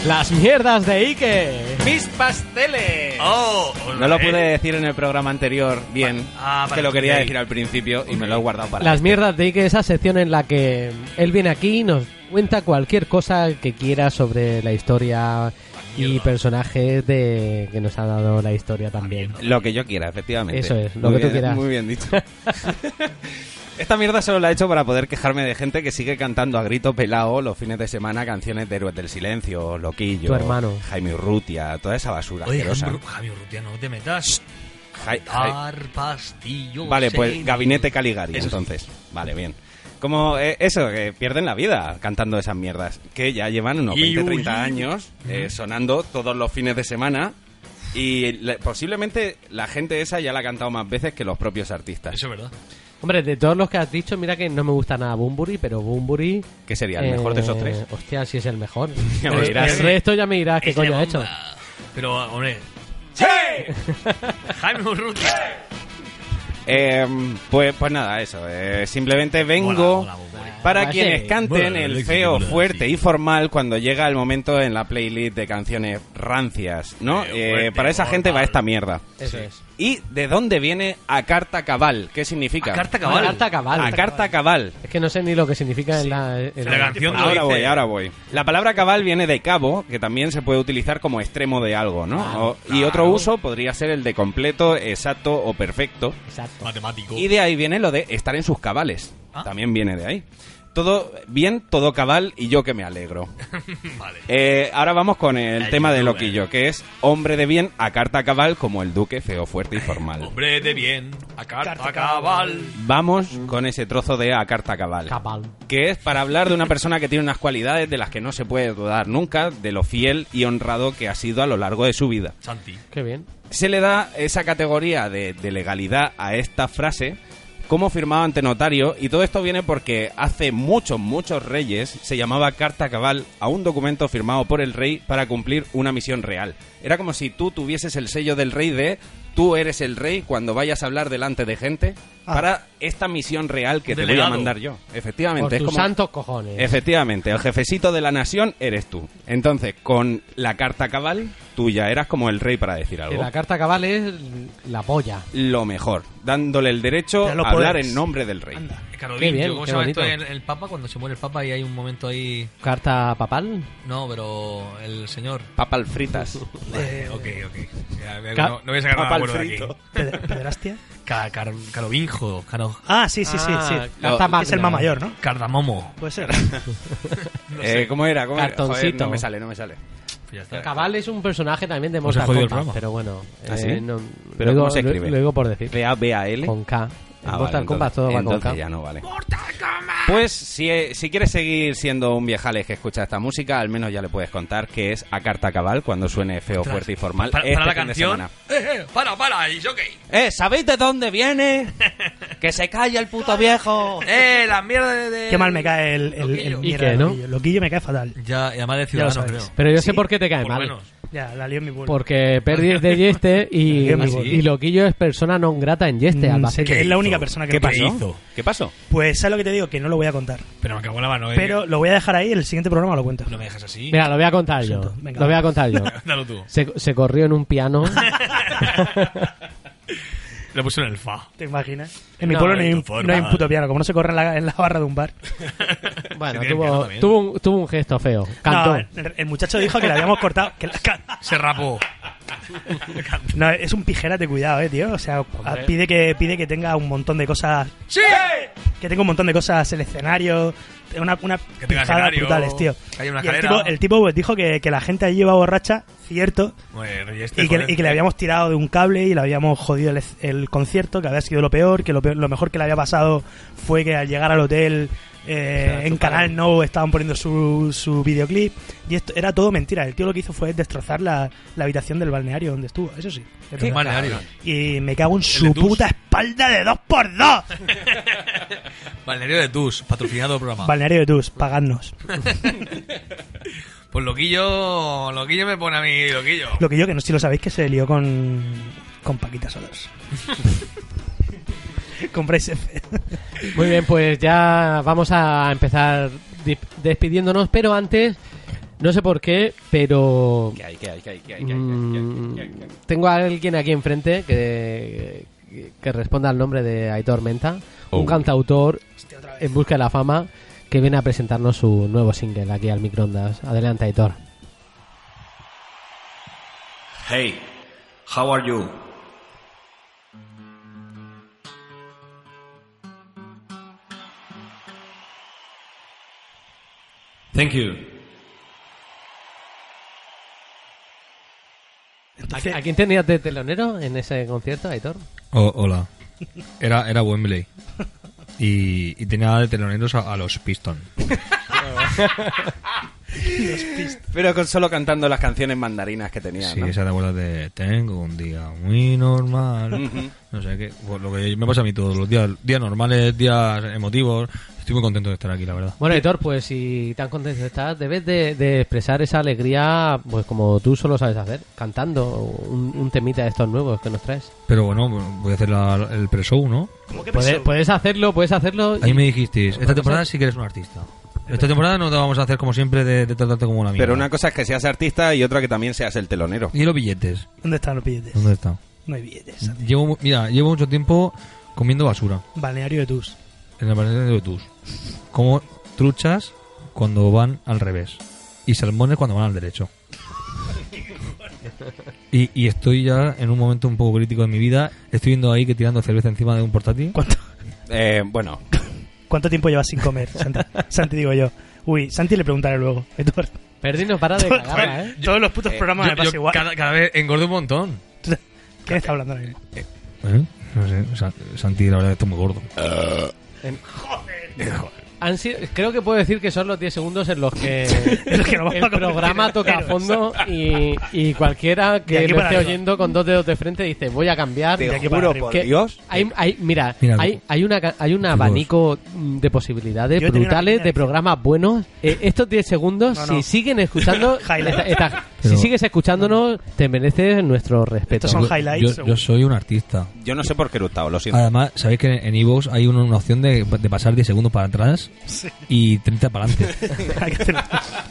B: las mierdas de Iker.
D: ¡Mis pasteles!
C: Oh,
D: No lo pude decir en el programa anterior bien.
C: Ah,
D: que
C: vale,
D: lo quería
C: ok.
D: decir al principio y me lo he guardado para. este.
B: Las mierdas de Ike, esa sección en la que él viene aquí y nos cuenta cualquier cosa que quiera sobre la historia y personajes de que nos ha dado la historia también.
D: Lo que yo quiera, efectivamente.
B: Eso es, lo
D: Muy
B: que tú
D: bien,
B: quieras.
D: Muy bien dicho. Esta mierda solo la he hecho para poder quejarme de gente que sigue cantando a grito pelado los fines de semana canciones de Héroes del Silencio, Loquillo,
B: Tu hermano.
D: Jaime Urrutia, toda esa basura
C: Oye,
D: asquerosa.
C: Javi- Javi Urrutia, no te metas.
D: Jai- Jai-
C: Dar pastillo.
D: Vale, pues
C: serio.
D: Gabinete Caligari,
C: Eso sí.
D: entonces. Vale, bien. Como eh, eso, que pierden la vida cantando esas mierdas, que ya llevan unos
C: Y
D: 20,
C: uy.
D: 30 años eh, sonando todos los fines de semana y le- posiblemente la gente esa ya la ha cantado más veces que los propios artistas.
C: Eso es verdad.
B: Hombre, de todos los que has dicho, mira que no me gusta nada Bumburi, pero Bumburi...
D: ¿Qué sería? ¿El mejor de
B: Eh,
D: esos tres?
B: Hostia, si es el mejor.
D: Ya
B: Pero
D: me dirás.
B: El resto ya me dirás qué
C: Es la
B: coño ha hecho.
C: bomba. Este Pero, hombre. Jaime Urrutia.
D: Em, Eh, pues, pues nada, eso. eh, simplemente vengo
C: Mola, mola, mola.
D: Para
B: Ah,
D: quienes
B: sí.
D: canten
G: Bueno,
D: el
G: Alexis,
D: feo
G: bueno,
D: fuerte
G: sí.
D: y formal cuando llega el momento en la playlist de canciones rancias, ¿no?
G: Feo,
D: Eh,
G: fuerte,
D: para esa gente va
G: formal.
D: esta mierda.
B: Eso es.
D: ¿Y de dónde viene a carta cabal? ¿Qué significa?
C: A carta cabal.
B: Carta cabal.
D: A carta cabal.
B: Es que no sé ni lo que significa en la. en
C: La
B: la-
C: canción lo
D: Ahora
C: dice.
D: voy, ahora voy. La palabra cabal viene de cabo, que también se puede utilizar como extremo de algo, ¿no?
C: Ah,
D: O- Y otro uso podría ser el de completo, exacto o perfecto.
B: Exacto.
G: Matemático.
D: Y de ahí viene lo de estar en sus cabales.
C: Ah.
D: También viene de ahí. Todo bien, todo cabal y yo que me alegro.
G: Vale.
D: Eh, ahora vamos con el
G: Ay,
D: tema de
G: youtuber.
D: Loquillo, que es hombre de bien a carta cabal como el duque feo, fuerte y formal.
G: Hombre de bien, a carta,
E: Carta
G: cabal.
D: Vamos con ese trozo de a carta cabal.
B: Cabal.
D: que es para hablar de una persona que tiene unas cualidades de las que no se puede dudar nunca, de lo fiel y honrado que ha sido a lo largo de su vida.
G: Santi.
B: Qué bien.
D: Se le da esa categoría de, de legalidad a esta frase como firmado ante notario y todo esto viene porque hace muchos, muchos reyes se llamaba carta cabal a un documento firmado por el rey para cumplir una misión real. Era como si tú tuvieses el sello del rey de tú eres el rey cuando vayas a hablar delante de gente
E: Ah.
D: para esta misión real que te voy
G: Delegado.
D: a mandar yo.
B: Por tus
D: Efectivamente, es como
B: santos cojones.
D: Efectivamente, el jefecito de la nación eres tú. Entonces, con la carta cabal, tú ya eras como el rey para decir
B: Que
D: algo.
B: la carta cabal es la polla.
D: Lo mejor, dándole el derecho a
E: Ya lo
D: hablar
E: puedes.
D: en nombre del rey.
E: Anda.
C: Es Carolín,
B: Qué bien,
C: tío, ¿cómo
B: qué
C: se llama esto en
B: bonito.
C: el Papa? Cuando se muere el Papa y hay un momento ahí.
B: Carta papal.
C: No, pero el señor.
D: Papal fritas.
C: Eh, ok, ok. Ya, veo que
B: Ca-
C: no, no voy a sacar nada
D: Papal
C: bueno de aquí.
D: frito.
E: Peder- ¿Pederastia?
C: Ca- car- Carovinjo, caro-
E: Ah, sí, sí, sí. sí.
B: Ah,
D: Lo-
B: Carta
E: Es el
B: magna.
E: más mayor, ¿no?
C: cardamomo.
E: Puede ser.
D: Eh, ¿Cómo era? ¿Cómo era? Joder,
B: Cartoncito.
D: no me sale, no me sale.
C: Pues ya está.
B: El cabal es un personaje también de
C: Pues se
B: Mortal
C: jodió el
B: Kombat,
C: programa.
B: pero bueno. eh,
D: ¿Ah, sí?
B: no-
D: ¿Pero
B: lo
D: cómo
B: digo-
D: se
B: lo-
D: escribe?
B: Lo digo por decir.
D: B-A-B-A-L.
B: Con K. En
D: Ah,
B: Mortal
D: vale,
B: Kombat todo va con
D: entonces
B: K.
D: ya no vale. Pues si, eh, si quieres seguir siendo un viejales que escucha esta música, al menos ya le puedes contar que es a carta cabal cuando suene feo, fuerte y formal.
C: Para,
D: este
C: para la
D: fin de
C: canción.
D: semana.
C: Eh, eh, para, para, y ok.
D: Eh, ¿sabéis de dónde viene? que se calla el puto viejo.
C: Eh, la mierda de. de-
E: Qué mal me cae el, el, el
C: Loquillo.
E: mierda de
B: ¿Y qué, no?
E: loquillo. Loquillo me cae fatal.
C: Ya, y además de
E: Ya lo
C: Ciudadanos, creo.
E: sabes.
B: Pero yo
E: Sí,
B: sé por qué te cae
C: Por
B: mal.
C: menos.
E: Ya, la lío en mi vuelo.
B: Porque Perdi es de Yeste y,
E: ¿Ah,
C: sí?
B: y Loquillo es persona non grata en Yeste,
E: Mm,
B: Albacete.
E: que es la única persona que
D: ¿Qué
E: me
D: pasó?
E: cae.
D: ¿Qué pasó?
E: Pues sabes lo que te digo, que no lo voy a contar.
C: Pero me cago en la mano, eh.
E: Pero lo voy a dejar ahí, el siguiente programa lo cuento.
C: No me dejas así.
B: Mira, lo voy a contar yo.
E: Siento, venga.
B: Lo voy a contar yo.
C: Dalo tú.
B: Se, se corrió en un piano.
C: Lo puse en el fa.
E: ¿Te imaginas? En mi
B: No,
E: pueblo no
B: de
E: hay,
G: tu
E: un-
G: forma.
E: no hay un puto piano, como no se corre en la, en la barra de un bar.
B: Bueno,
C: Tiene piano
B: tuvo,
C: también.
B: tuvo, un, tuvo un gesto feo. Cantó.
E: No, el, el muchacho dijo que le habíamos cortado. que la- ca-
C: Se rapó.
E: no, es un pijerate, cuidado, eh, tío. O sea, pide que, pide que tenga un montón de cosas.
C: ¡Sí!
E: Que tenga un montón de cosas, el escenario. Una, una
C: Que tenga
E: pijada
C: escenario,
E: brutales, tío.
C: que haya una
E: Y el
C: escalera.
E: tipo, el tipo, pues, dijo que, que la gente allí iba borracha, cierto.
C: Bueno, y este,
E: Y que,
C: joder.
E: y que le habíamos tirado de un cable y le habíamos jodido el, el concierto, que había sido lo peor, que lo, peor- lo mejor que le había pasado fue que al llegar al hotel eh, en Canal No estaban poniendo su, su videoclip. Y esto era todo mentira. El tío lo que hizo fue destrozar la, la habitación del balneario donde estuvo, eso sí. es
C: Qué
E: verdad.
C: balneario.
E: Y me cago en
C: de
E: su
C: Tus.
E: puta espalda de dos por dos
C: Balneario de Tus, patrocinado del programa.
E: balneario de Tus, pagadnos.
C: Pues Loquillo. Loquillo me pone a mí, Loquillo.
E: Lo que yo, que no sé si lo sabéis, que se lió con, con Paquita Solos. Compráis ese.
B: Muy bien, pues ya vamos a empezar di- despidiéndonos, pero antes, no sé por qué, pero
D: ¿Qué hay, qué hay, qué hay, qué hay, qué hay, qué hay,
B: mm,
D: qué hay, qué hay?
B: tengo a alguien aquí enfrente que, que responda al nombre de Aitor Menta,
D: Oh.
B: un cantautor en busca de la fama que viene a presentarnos su nuevo single aquí al microondas. Adelante, Aitor.
H: Hey, how are you? Thank you.
B: ¿A, a quién tenías de telonero en ese concierto, Aitor?
C: Oh, hola. Era, era Wembley. Y, tenía de teloneros a, los Pistons.
D: Pero con solo cantando las canciones mandarinas que tenía, ¿no?
C: te acuerdas de Tengo un día muy normal. No sé qué. pues lo que me pasa a mí todos los días. Días normales, días emotivos, Estoy muy contento de estar aquí, la verdad.
B: Bueno, Héctor, pues si tan contento estás, debes de, de expresar esa alegría, pues como tú solo sabes hacer, cantando un, un temita de estos nuevos que nos traes.
C: Pero bueno, voy a hacer la- el pre-show, ¿no?
E: ¿Cómo que
B: Puedes,
E: pensó?
B: puedes hacerlo, puedes hacerlo. y-
C: Ahí me dijisteis, esta temporada sí que eres un artista. Esta temporada no te vamos a hacer como siempre de, de tratarte como una mía.
D: Pero una cosa es que seas artista y otra que también seas el telonero.
C: ¿Y los billetes?
E: ¿Dónde están los billetes?
C: ¿Dónde están?
E: No hay billetes. Santi.
C: Llevo, mu- mira, llevo mucho tiempo comiendo basura
E: Balneario de Tus.
C: en el balneario de Tus. Como truchas cuando van al revés y salmones cuando van al derecho. Y, y estoy ya en un momento un poco crítico de mi vida. Estoy viendo ahí que tirando cerveza encima de un portátil.
E: ¿Cuánto,
D: Eh, bueno,
E: ¿Cuánto tiempo llevas sin comer, Santi? Santi, digo yo. Uy, Santi le preguntaré luego. Héctor,
B: Perdí no para de cagarla, ¿eh?
E: Todos los putos programas me pasa igual.
C: cada, vez engordo un montón.
E: ¿Quién está hablando ahora mismo?
C: ¿Eh? No sé, Sa- Santi, la verdad, está muy gordo.
B: Han sido- creo que puedo decir que son los 10 segundos en los que,
E: En los que nos vamos
B: el
E: a convertir
B: programa
E: en
B: toca a
E: héroes.
B: fondo y, y cualquiera
E: De
B: que
E: aquí
B: lo
E: para
B: esté
E: arriba.
B: oyendo con dos dedos de frente dice voy a cambiar.
E: De aquí
D: te
E: para
D: juro
E: arriba.
D: por
B: Que
D: Dios
B: hay, hay- mira,
C: Mira,
B: hay, hay, una, ca- hay un abanico mm, de posibilidades
E: Yo he tenido una
B: brutales
E: pequeña
B: de programas buenos. Eh, estos 10 segundos,
E: No, no.
B: si siguen escuchando,
E: Highlight.
B: esta- esta- si
C: Pero-
B: sigues escuchándonos, te mereces nuestro respeto.
E: Estos son
C: Yo-
E: highlights,
C: yo-
E: seguro.
C: yo soy un artista.
D: Yo no sé por qué he eructado, lo siento.
C: Además, sabéis que en Evox hay una, una opción de, de pasar 10 segundos para atrás
E: Sí.
C: y 30 para adelante.
E: Hay que hacerlo.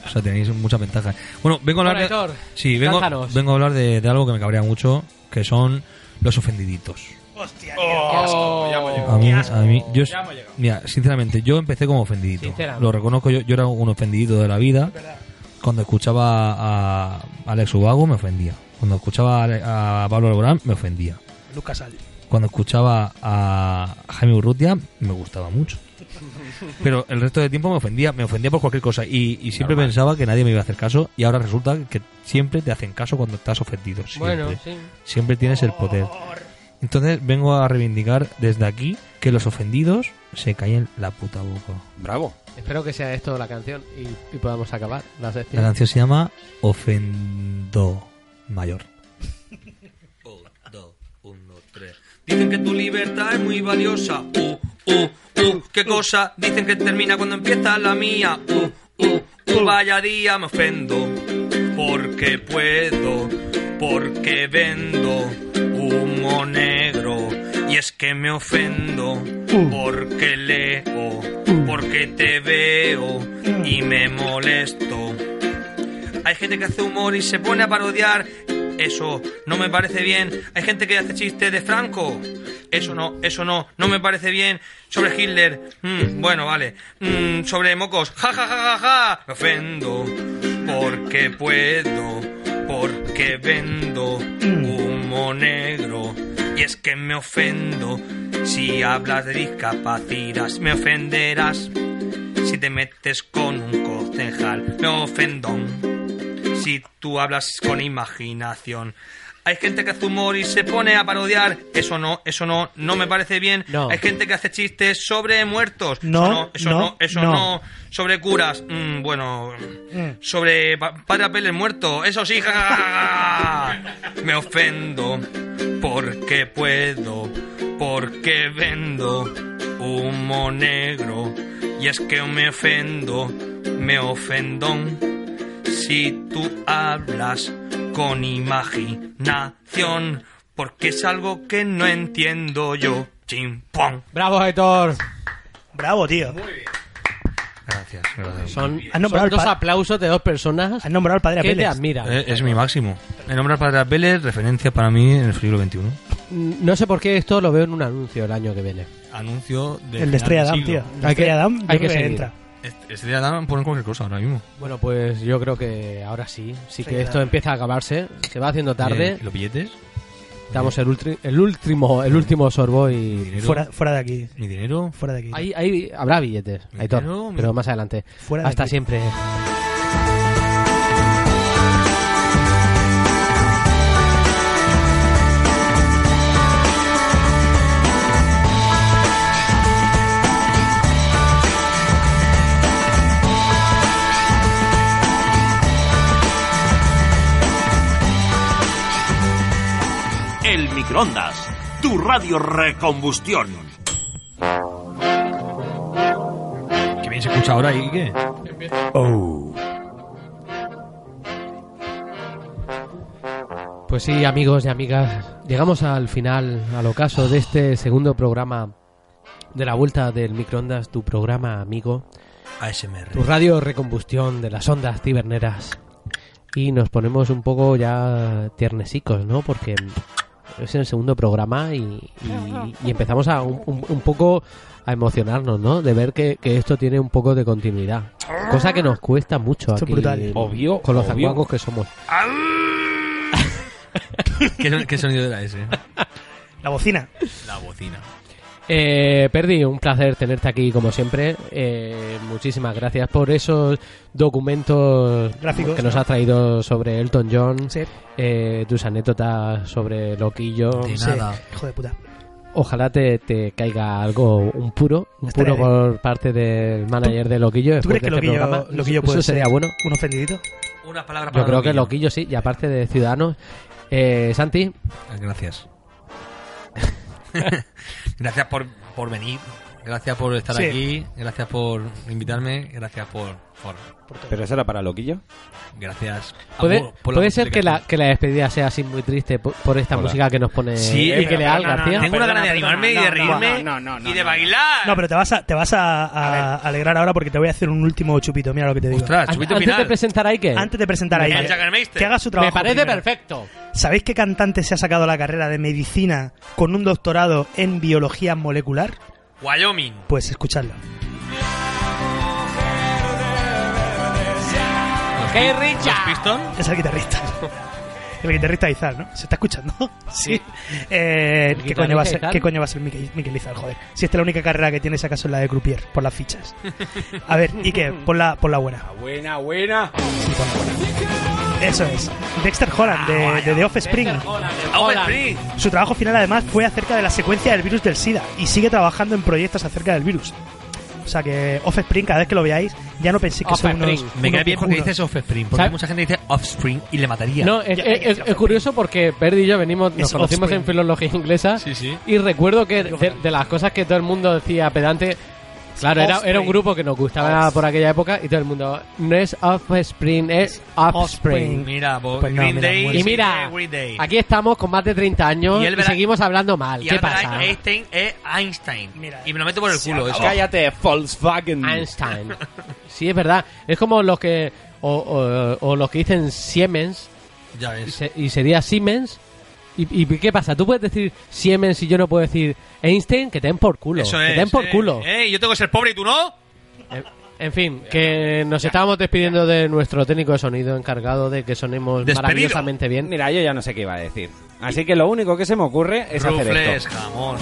C: o sea, tenéis muchas ventajas. Bueno, vengo a hablar,
B: Bueno,
C: de,
B: Héctor,
C: sí, vengo,
B: lánzanos.
C: vengo a hablar de, de algo que me cabrea mucho, que son los ofendiditos.
E: Hostia,
B: Oh.
C: A mí, a mí- yo, mira, sinceramente, yo empecé como ofendidito.
B: Sinceramente.
C: Lo reconozco, yo, yo era un ofendidito de la vida. Cuando escuchaba a Alex Ubago me ofendía. Cuando escuchaba a Ale- a Pablo Alborán me ofendía.
E: Lucas Al.
C: cuando escuchaba a Jaime Urrutia me gustaba mucho. Pero el resto del tiempo me ofendía, me ofendía por cualquier cosa y, y siempre pensaba que nadie me iba a hacer caso y ahora resulta que siempre te hacen caso cuando estás ofendido. Siempre.
B: Bueno, sí.
C: Siempre tienes el poder. Entonces vengo a reivindicar desde aquí que los ofendidos se callen la puta boca.
D: Bravo.
B: Espero que sea esto la canción y, y podamos acabar la
C: La
B: sección.
C: canción se llama Ofendo Mayor.
G: dos, uno, tres. Dicen que tu libertad es muy valiosa. Uh, uh, uh, qué cosa. Dicen que termina cuando empieza la mía. Uh, uh, uh, vaya día me ofendo. Porque puedo, porque vendo humo negro. Y es que me ofendo. Porque leo, porque te veo y me molesto. Hay gente que hace humor y se pone a parodiar. Eso no me parece bien. Hay gente que hace chistes de Franco. Eso no, eso no, no me parece bien. Sobre Hitler. mm, bueno, vale. Mm, sobre mocos. Ja, ja, ja, ja, ja. Me ofendo. Porque puedo. Porque vendo humo negro. Y es que me ofendo. Si hablas de discapacidad, me ofenderás. Si te metes con un concejal, me ofendón si tú hablas con imaginación. Hay gente que hace humor y se pone a parodiar. Eso no, eso no, no me parece bien.
B: No.
G: Hay gente que hace chistes sobre muertos.
E: No,
G: eso no, eso
E: no,
G: no, eso
E: no.
G: no. Sobre curas, mm, bueno.
E: Mm.
G: Sobre pa- padre Apel el muerto. Eso sí, ja, ja, ja, ja. Me ofendo porque puedo, porque vendo humo negro. Y es que me ofendo, me ofendón. Si tú hablas con imaginación, porque es algo que no entiendo yo. Chimpón.
B: ¡Bravo, Héctor!
E: Bravo, tío.
C: Gracias.
B: Son,
E: Han nombrado
B: son dos
E: al pa-
B: aplausos de dos personas
E: Han nombrado al padre
B: que te
E: Apeles.
B: admiran.
C: Eh, es mi máximo. El nombre para las Vélez, referencia para mí en el siglo XXI.
B: No sé por qué esto lo veo en un anuncio el año que viene.
C: anuncio de
E: El de Estrella Damm, tío. El de
B: Hay que-
E: Estrella Damm, yo
B: hay
E: creo
B: que
E: que
B: seguir.
E: entra.
C: Estrella Damm ponen cualquier cosa ahora mismo.
B: Bueno, pues yo creo que ahora sí. Sí que
E: Sí,
B: esto
E: claro.
B: empieza a acabarse. Se va haciendo tarde.
C: ¿Los billetes?
B: Damos el, ultri- el último el último sorbo y...
C: dinero?
E: Fuera, fuera de aquí.
C: ¿Mi dinero?
E: Fuera de aquí.
B: Ahí, ahí habrá billetes,
C: Mi
B: Aitor,
C: dinero, mi-
B: pero más adelante.
E: Fuera de
B: Hasta
E: aquí.
B: siempre.
A: El microondas, tu radio recombustión.
C: se escucha ahora y qué?
E: Oh.
B: Pues sí, amigos y amigas, llegamos al final, al ocaso de este segundo programa de la vuelta del microondas, tu programa amigo,
C: ASMR.
B: tu radio recombustión de las ondas ciberneras. Y nos ponemos un poco ya tiernesicos, ¿no? Porque es el segundo programa y, y- y empezamos a un, un- un poco a emocionarnos, ¿no? De ver que, que esto tiene un poco de continuidad. Cosa que nos cuesta mucho
E: Esto es
B: aquí.
E: brutal.
D: Obvio,
B: Con los
D: obvio.
B: zanguangos que somos.
C: ¿Qué, son- qué sonido era ese?
E: La bocina.
C: La bocina.
B: Eh, Perdi, un placer tenerte aquí como siempre. Eh, muchísimas gracias por esos documentos
E: Gráficos,
B: que nos has traído sobre Elton John,
E: Sí.
B: eh, tus anécdotas sobre Loquillo.
C: De
E: sí.
C: nada.
E: Hijo de puta.
B: Ojalá te, te caiga algo, un puro, un
E: Estaría
B: puro por parte del manager de Loquillo.
E: ¿Tú
B: después
E: crees que
B: de este
E: Loquillo,
B: programa.
E: Loquillo
B: Eso-
E: puede
B: eso sería
E: ser
B: bueno.
E: un ofendidito?
C: Unas palabras
B: Yo
C: para
B: creo que Loquillo sí, y aparte de Ciudadanos. Eh, Santi,
C: Gracias. gracias por, por venir. Gracias por estar
E: Sí.
C: aquí. Gracias por invitarme. Gracias por. por-
D: ¿Pero eso era para Loquillo?
C: gracias.
B: puede,
C: Amor, por la
B: puede ser que la,
C: multiplicación.
B: que la despedida sea así muy triste por, por esta
D: Hola.
B: música que nos pone
C: Sí,
B: y que le da al García.
C: Eh, Tengo una
D: Perdona,
C: ganas de
D: perdona,
C: animarme y de
D: no, no,
C: reírme
D: no, no, no,
C: y de
D: no.
C: bailar.
E: No, pero te vas a, te vas a, a alegrar ahora porque te voy a hacer un último chupito. Mira lo que te digo.
C: Ostras,
B: An-
C: chupito
B: antes de
C: final.
B: presentar a Ike,
E: Antes de presentar a
C: Me
E: ella,
C: parece-
E: que haga su trabajo.
B: me parece
E: primero.
B: perfecto.
E: ¿Sabéis qué cantante se ha sacado la carrera de medicina con un doctorado en biología molecular?
C: Wyoming.
E: Pues escuchadlo.
B: ¡Qué
C: Los
B: richa!
C: Pistons.
E: Es el guitarrista. El guitarrista Izar, ¿no? ¿Se está escuchando? Sí. Eh,
B: El
E: ¿qué, coño va
B: guitarrista
E: a ser,
B: Izar.
E: ¿Qué coño va a ser Miquel, Miquel Izar, joder? Si esta es la única carrera que tiene, si acaso es la de Croupier, por las fichas. A ver, ¿y qué? Pon la, pon la buena.
D: Buena, buena.
E: Sí, pon la buena. Eso es. Dexter Holland, de, de The Offspring.
C: Over Free.
E: Su trabajo final, además, fue acerca de la secuencia del virus del SIDA y sigue trabajando en proyectos acerca del virus. O sea que Offspring, cada vez que lo veáis, ya no penséis que son unos,
B: Offspring.
C: Me
E: unos
C: queda bien porque
E: viejunos.
C: dices Offspring. Porque
B: ¿Sabes?
C: mucha gente dice Offspring y le mataría.
B: No, es,
E: Ya,
B: es-
E: ya,
B: es-
E: ya,
B: es
E: ya.
B: curioso porque Perdi y yo venimos, nos
E: Es
B: conocimos
E: offspring.
B: en filología inglesa
C: Sí, sí.
B: y recuerdo que de, de las cosas que todo el mundo decía pedante, claro, era, era un
E: offspring.
B: grupo que nos gustaba por aquella época y todo el mundo, no es offspring, es offspring.
C: Mira, bo-
E: Pues no,
C: Green
E: mira,
C: Day.
E: muere.
B: Y mira,
C: Green Day.
B: aquí estamos con más de 30 años
C: Y
B: y,
C: él verá-
B: seguimos hablando mal.
C: Y
B: ¿Qué
C: ahora
B: pasa?
C: Einstein es Einstein.
E: Mira,
C: y me lo meto por el culo. Eso.
D: Cállate, Volkswagen.
B: Einstein. Mm. Sí, es verdad. Es como los que, o, o- o los que dicen Siemens
C: Ya
B: y,
C: ves.
B: se- y sería Siemens. ¿Y, y qué pasa? Tú puedes decir Siemens y yo no puedo decir Einstein, que te den por culo.
C: Eso
B: que
C: es.
B: te den por
C: eh,
B: culo.
C: Eh, yo tengo que ser pobre y tú no.
B: En, en fin, que nos estábamos despidiendo de nuestro técnico de sonido encargado de que sonemos
C: Despedido.
B: maravillosamente bien.
D: Mira, yo ya no sé qué iba a decir. Así que lo único que se me ocurre es hacer
C: Rufles,
D: esto.
C: jamón.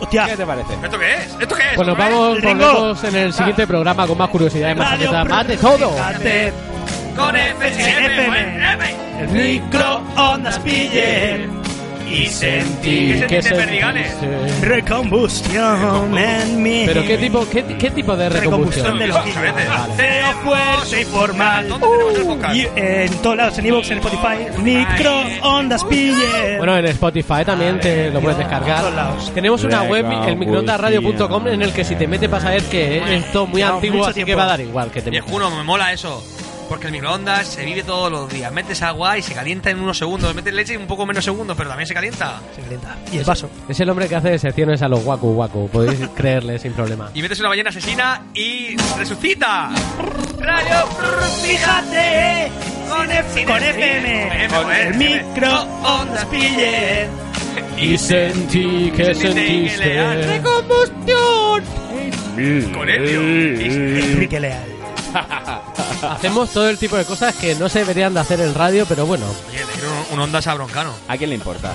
E: Hostia,
D: ¿Qué te parece?
C: ¿Esto qué es? ¿Esto qué es?
B: Pues nos vamos,
E: Ringo.
B: volvemos en el siguiente programa con más curiosidades, más
E: Radio
B: anécdotas, más de todo.
E: Fíjate,
C: Con FCM.
E: FM. El microondas pille
C: Y sentir que se perdigales.
B: se-
E: recombustión en mí.
B: Pero qué tipo, qué, ti- qué tipo de recombustión.
E: Recombustión de los
C: Vale.
E: Cero fuerte y formal.
C: ¿Dónde tenemos el
E: Uh,
C: podcast?
E: y en todos lados, en Evox, en Spotify. Microondas pille.
B: Bueno, en Spotify también te lo puedes
E: en
B: descargar.
E: todos lados.
B: Tenemos una web,
D: Recombustión.
B: el microondasradio.com, en el que si te metes vas a ver que es todo muy
E: Llevamos
B: antiguo,
E: mucho
B: así que
E: tiempo.
B: va a dar igual que te
C: Y Juno, me mola eso. Porque el microondas se vive todos los días. Metes agua y se calienta en unos segundos. Metes leche y un poco menos segundos, pero también se calienta.
E: Se calienta. Y el vaso.
B: Es el hombre que hace secciones a los guacu guacu, podéis creerle sin problema.
C: Y metes una ballena asesina y resucita. Radio,
E: Fíjate con,
C: con
E: FM.
C: FM,
E: El microondas pille.
B: Y sentí que
C: sentí que le dan
B: sentiste.
C: con helio.
E: Enrique Leal.
B: Hacemos todo el tipo de cosas que no se deberían de hacer en radio, pero bueno.
C: Oye, le quiero un, un Ondas a Broncano.
D: ¿A quién le importa?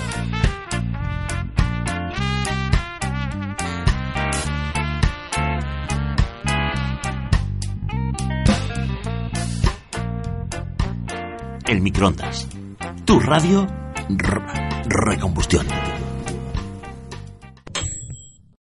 A: El microondas. Tu radio. r- recombustión.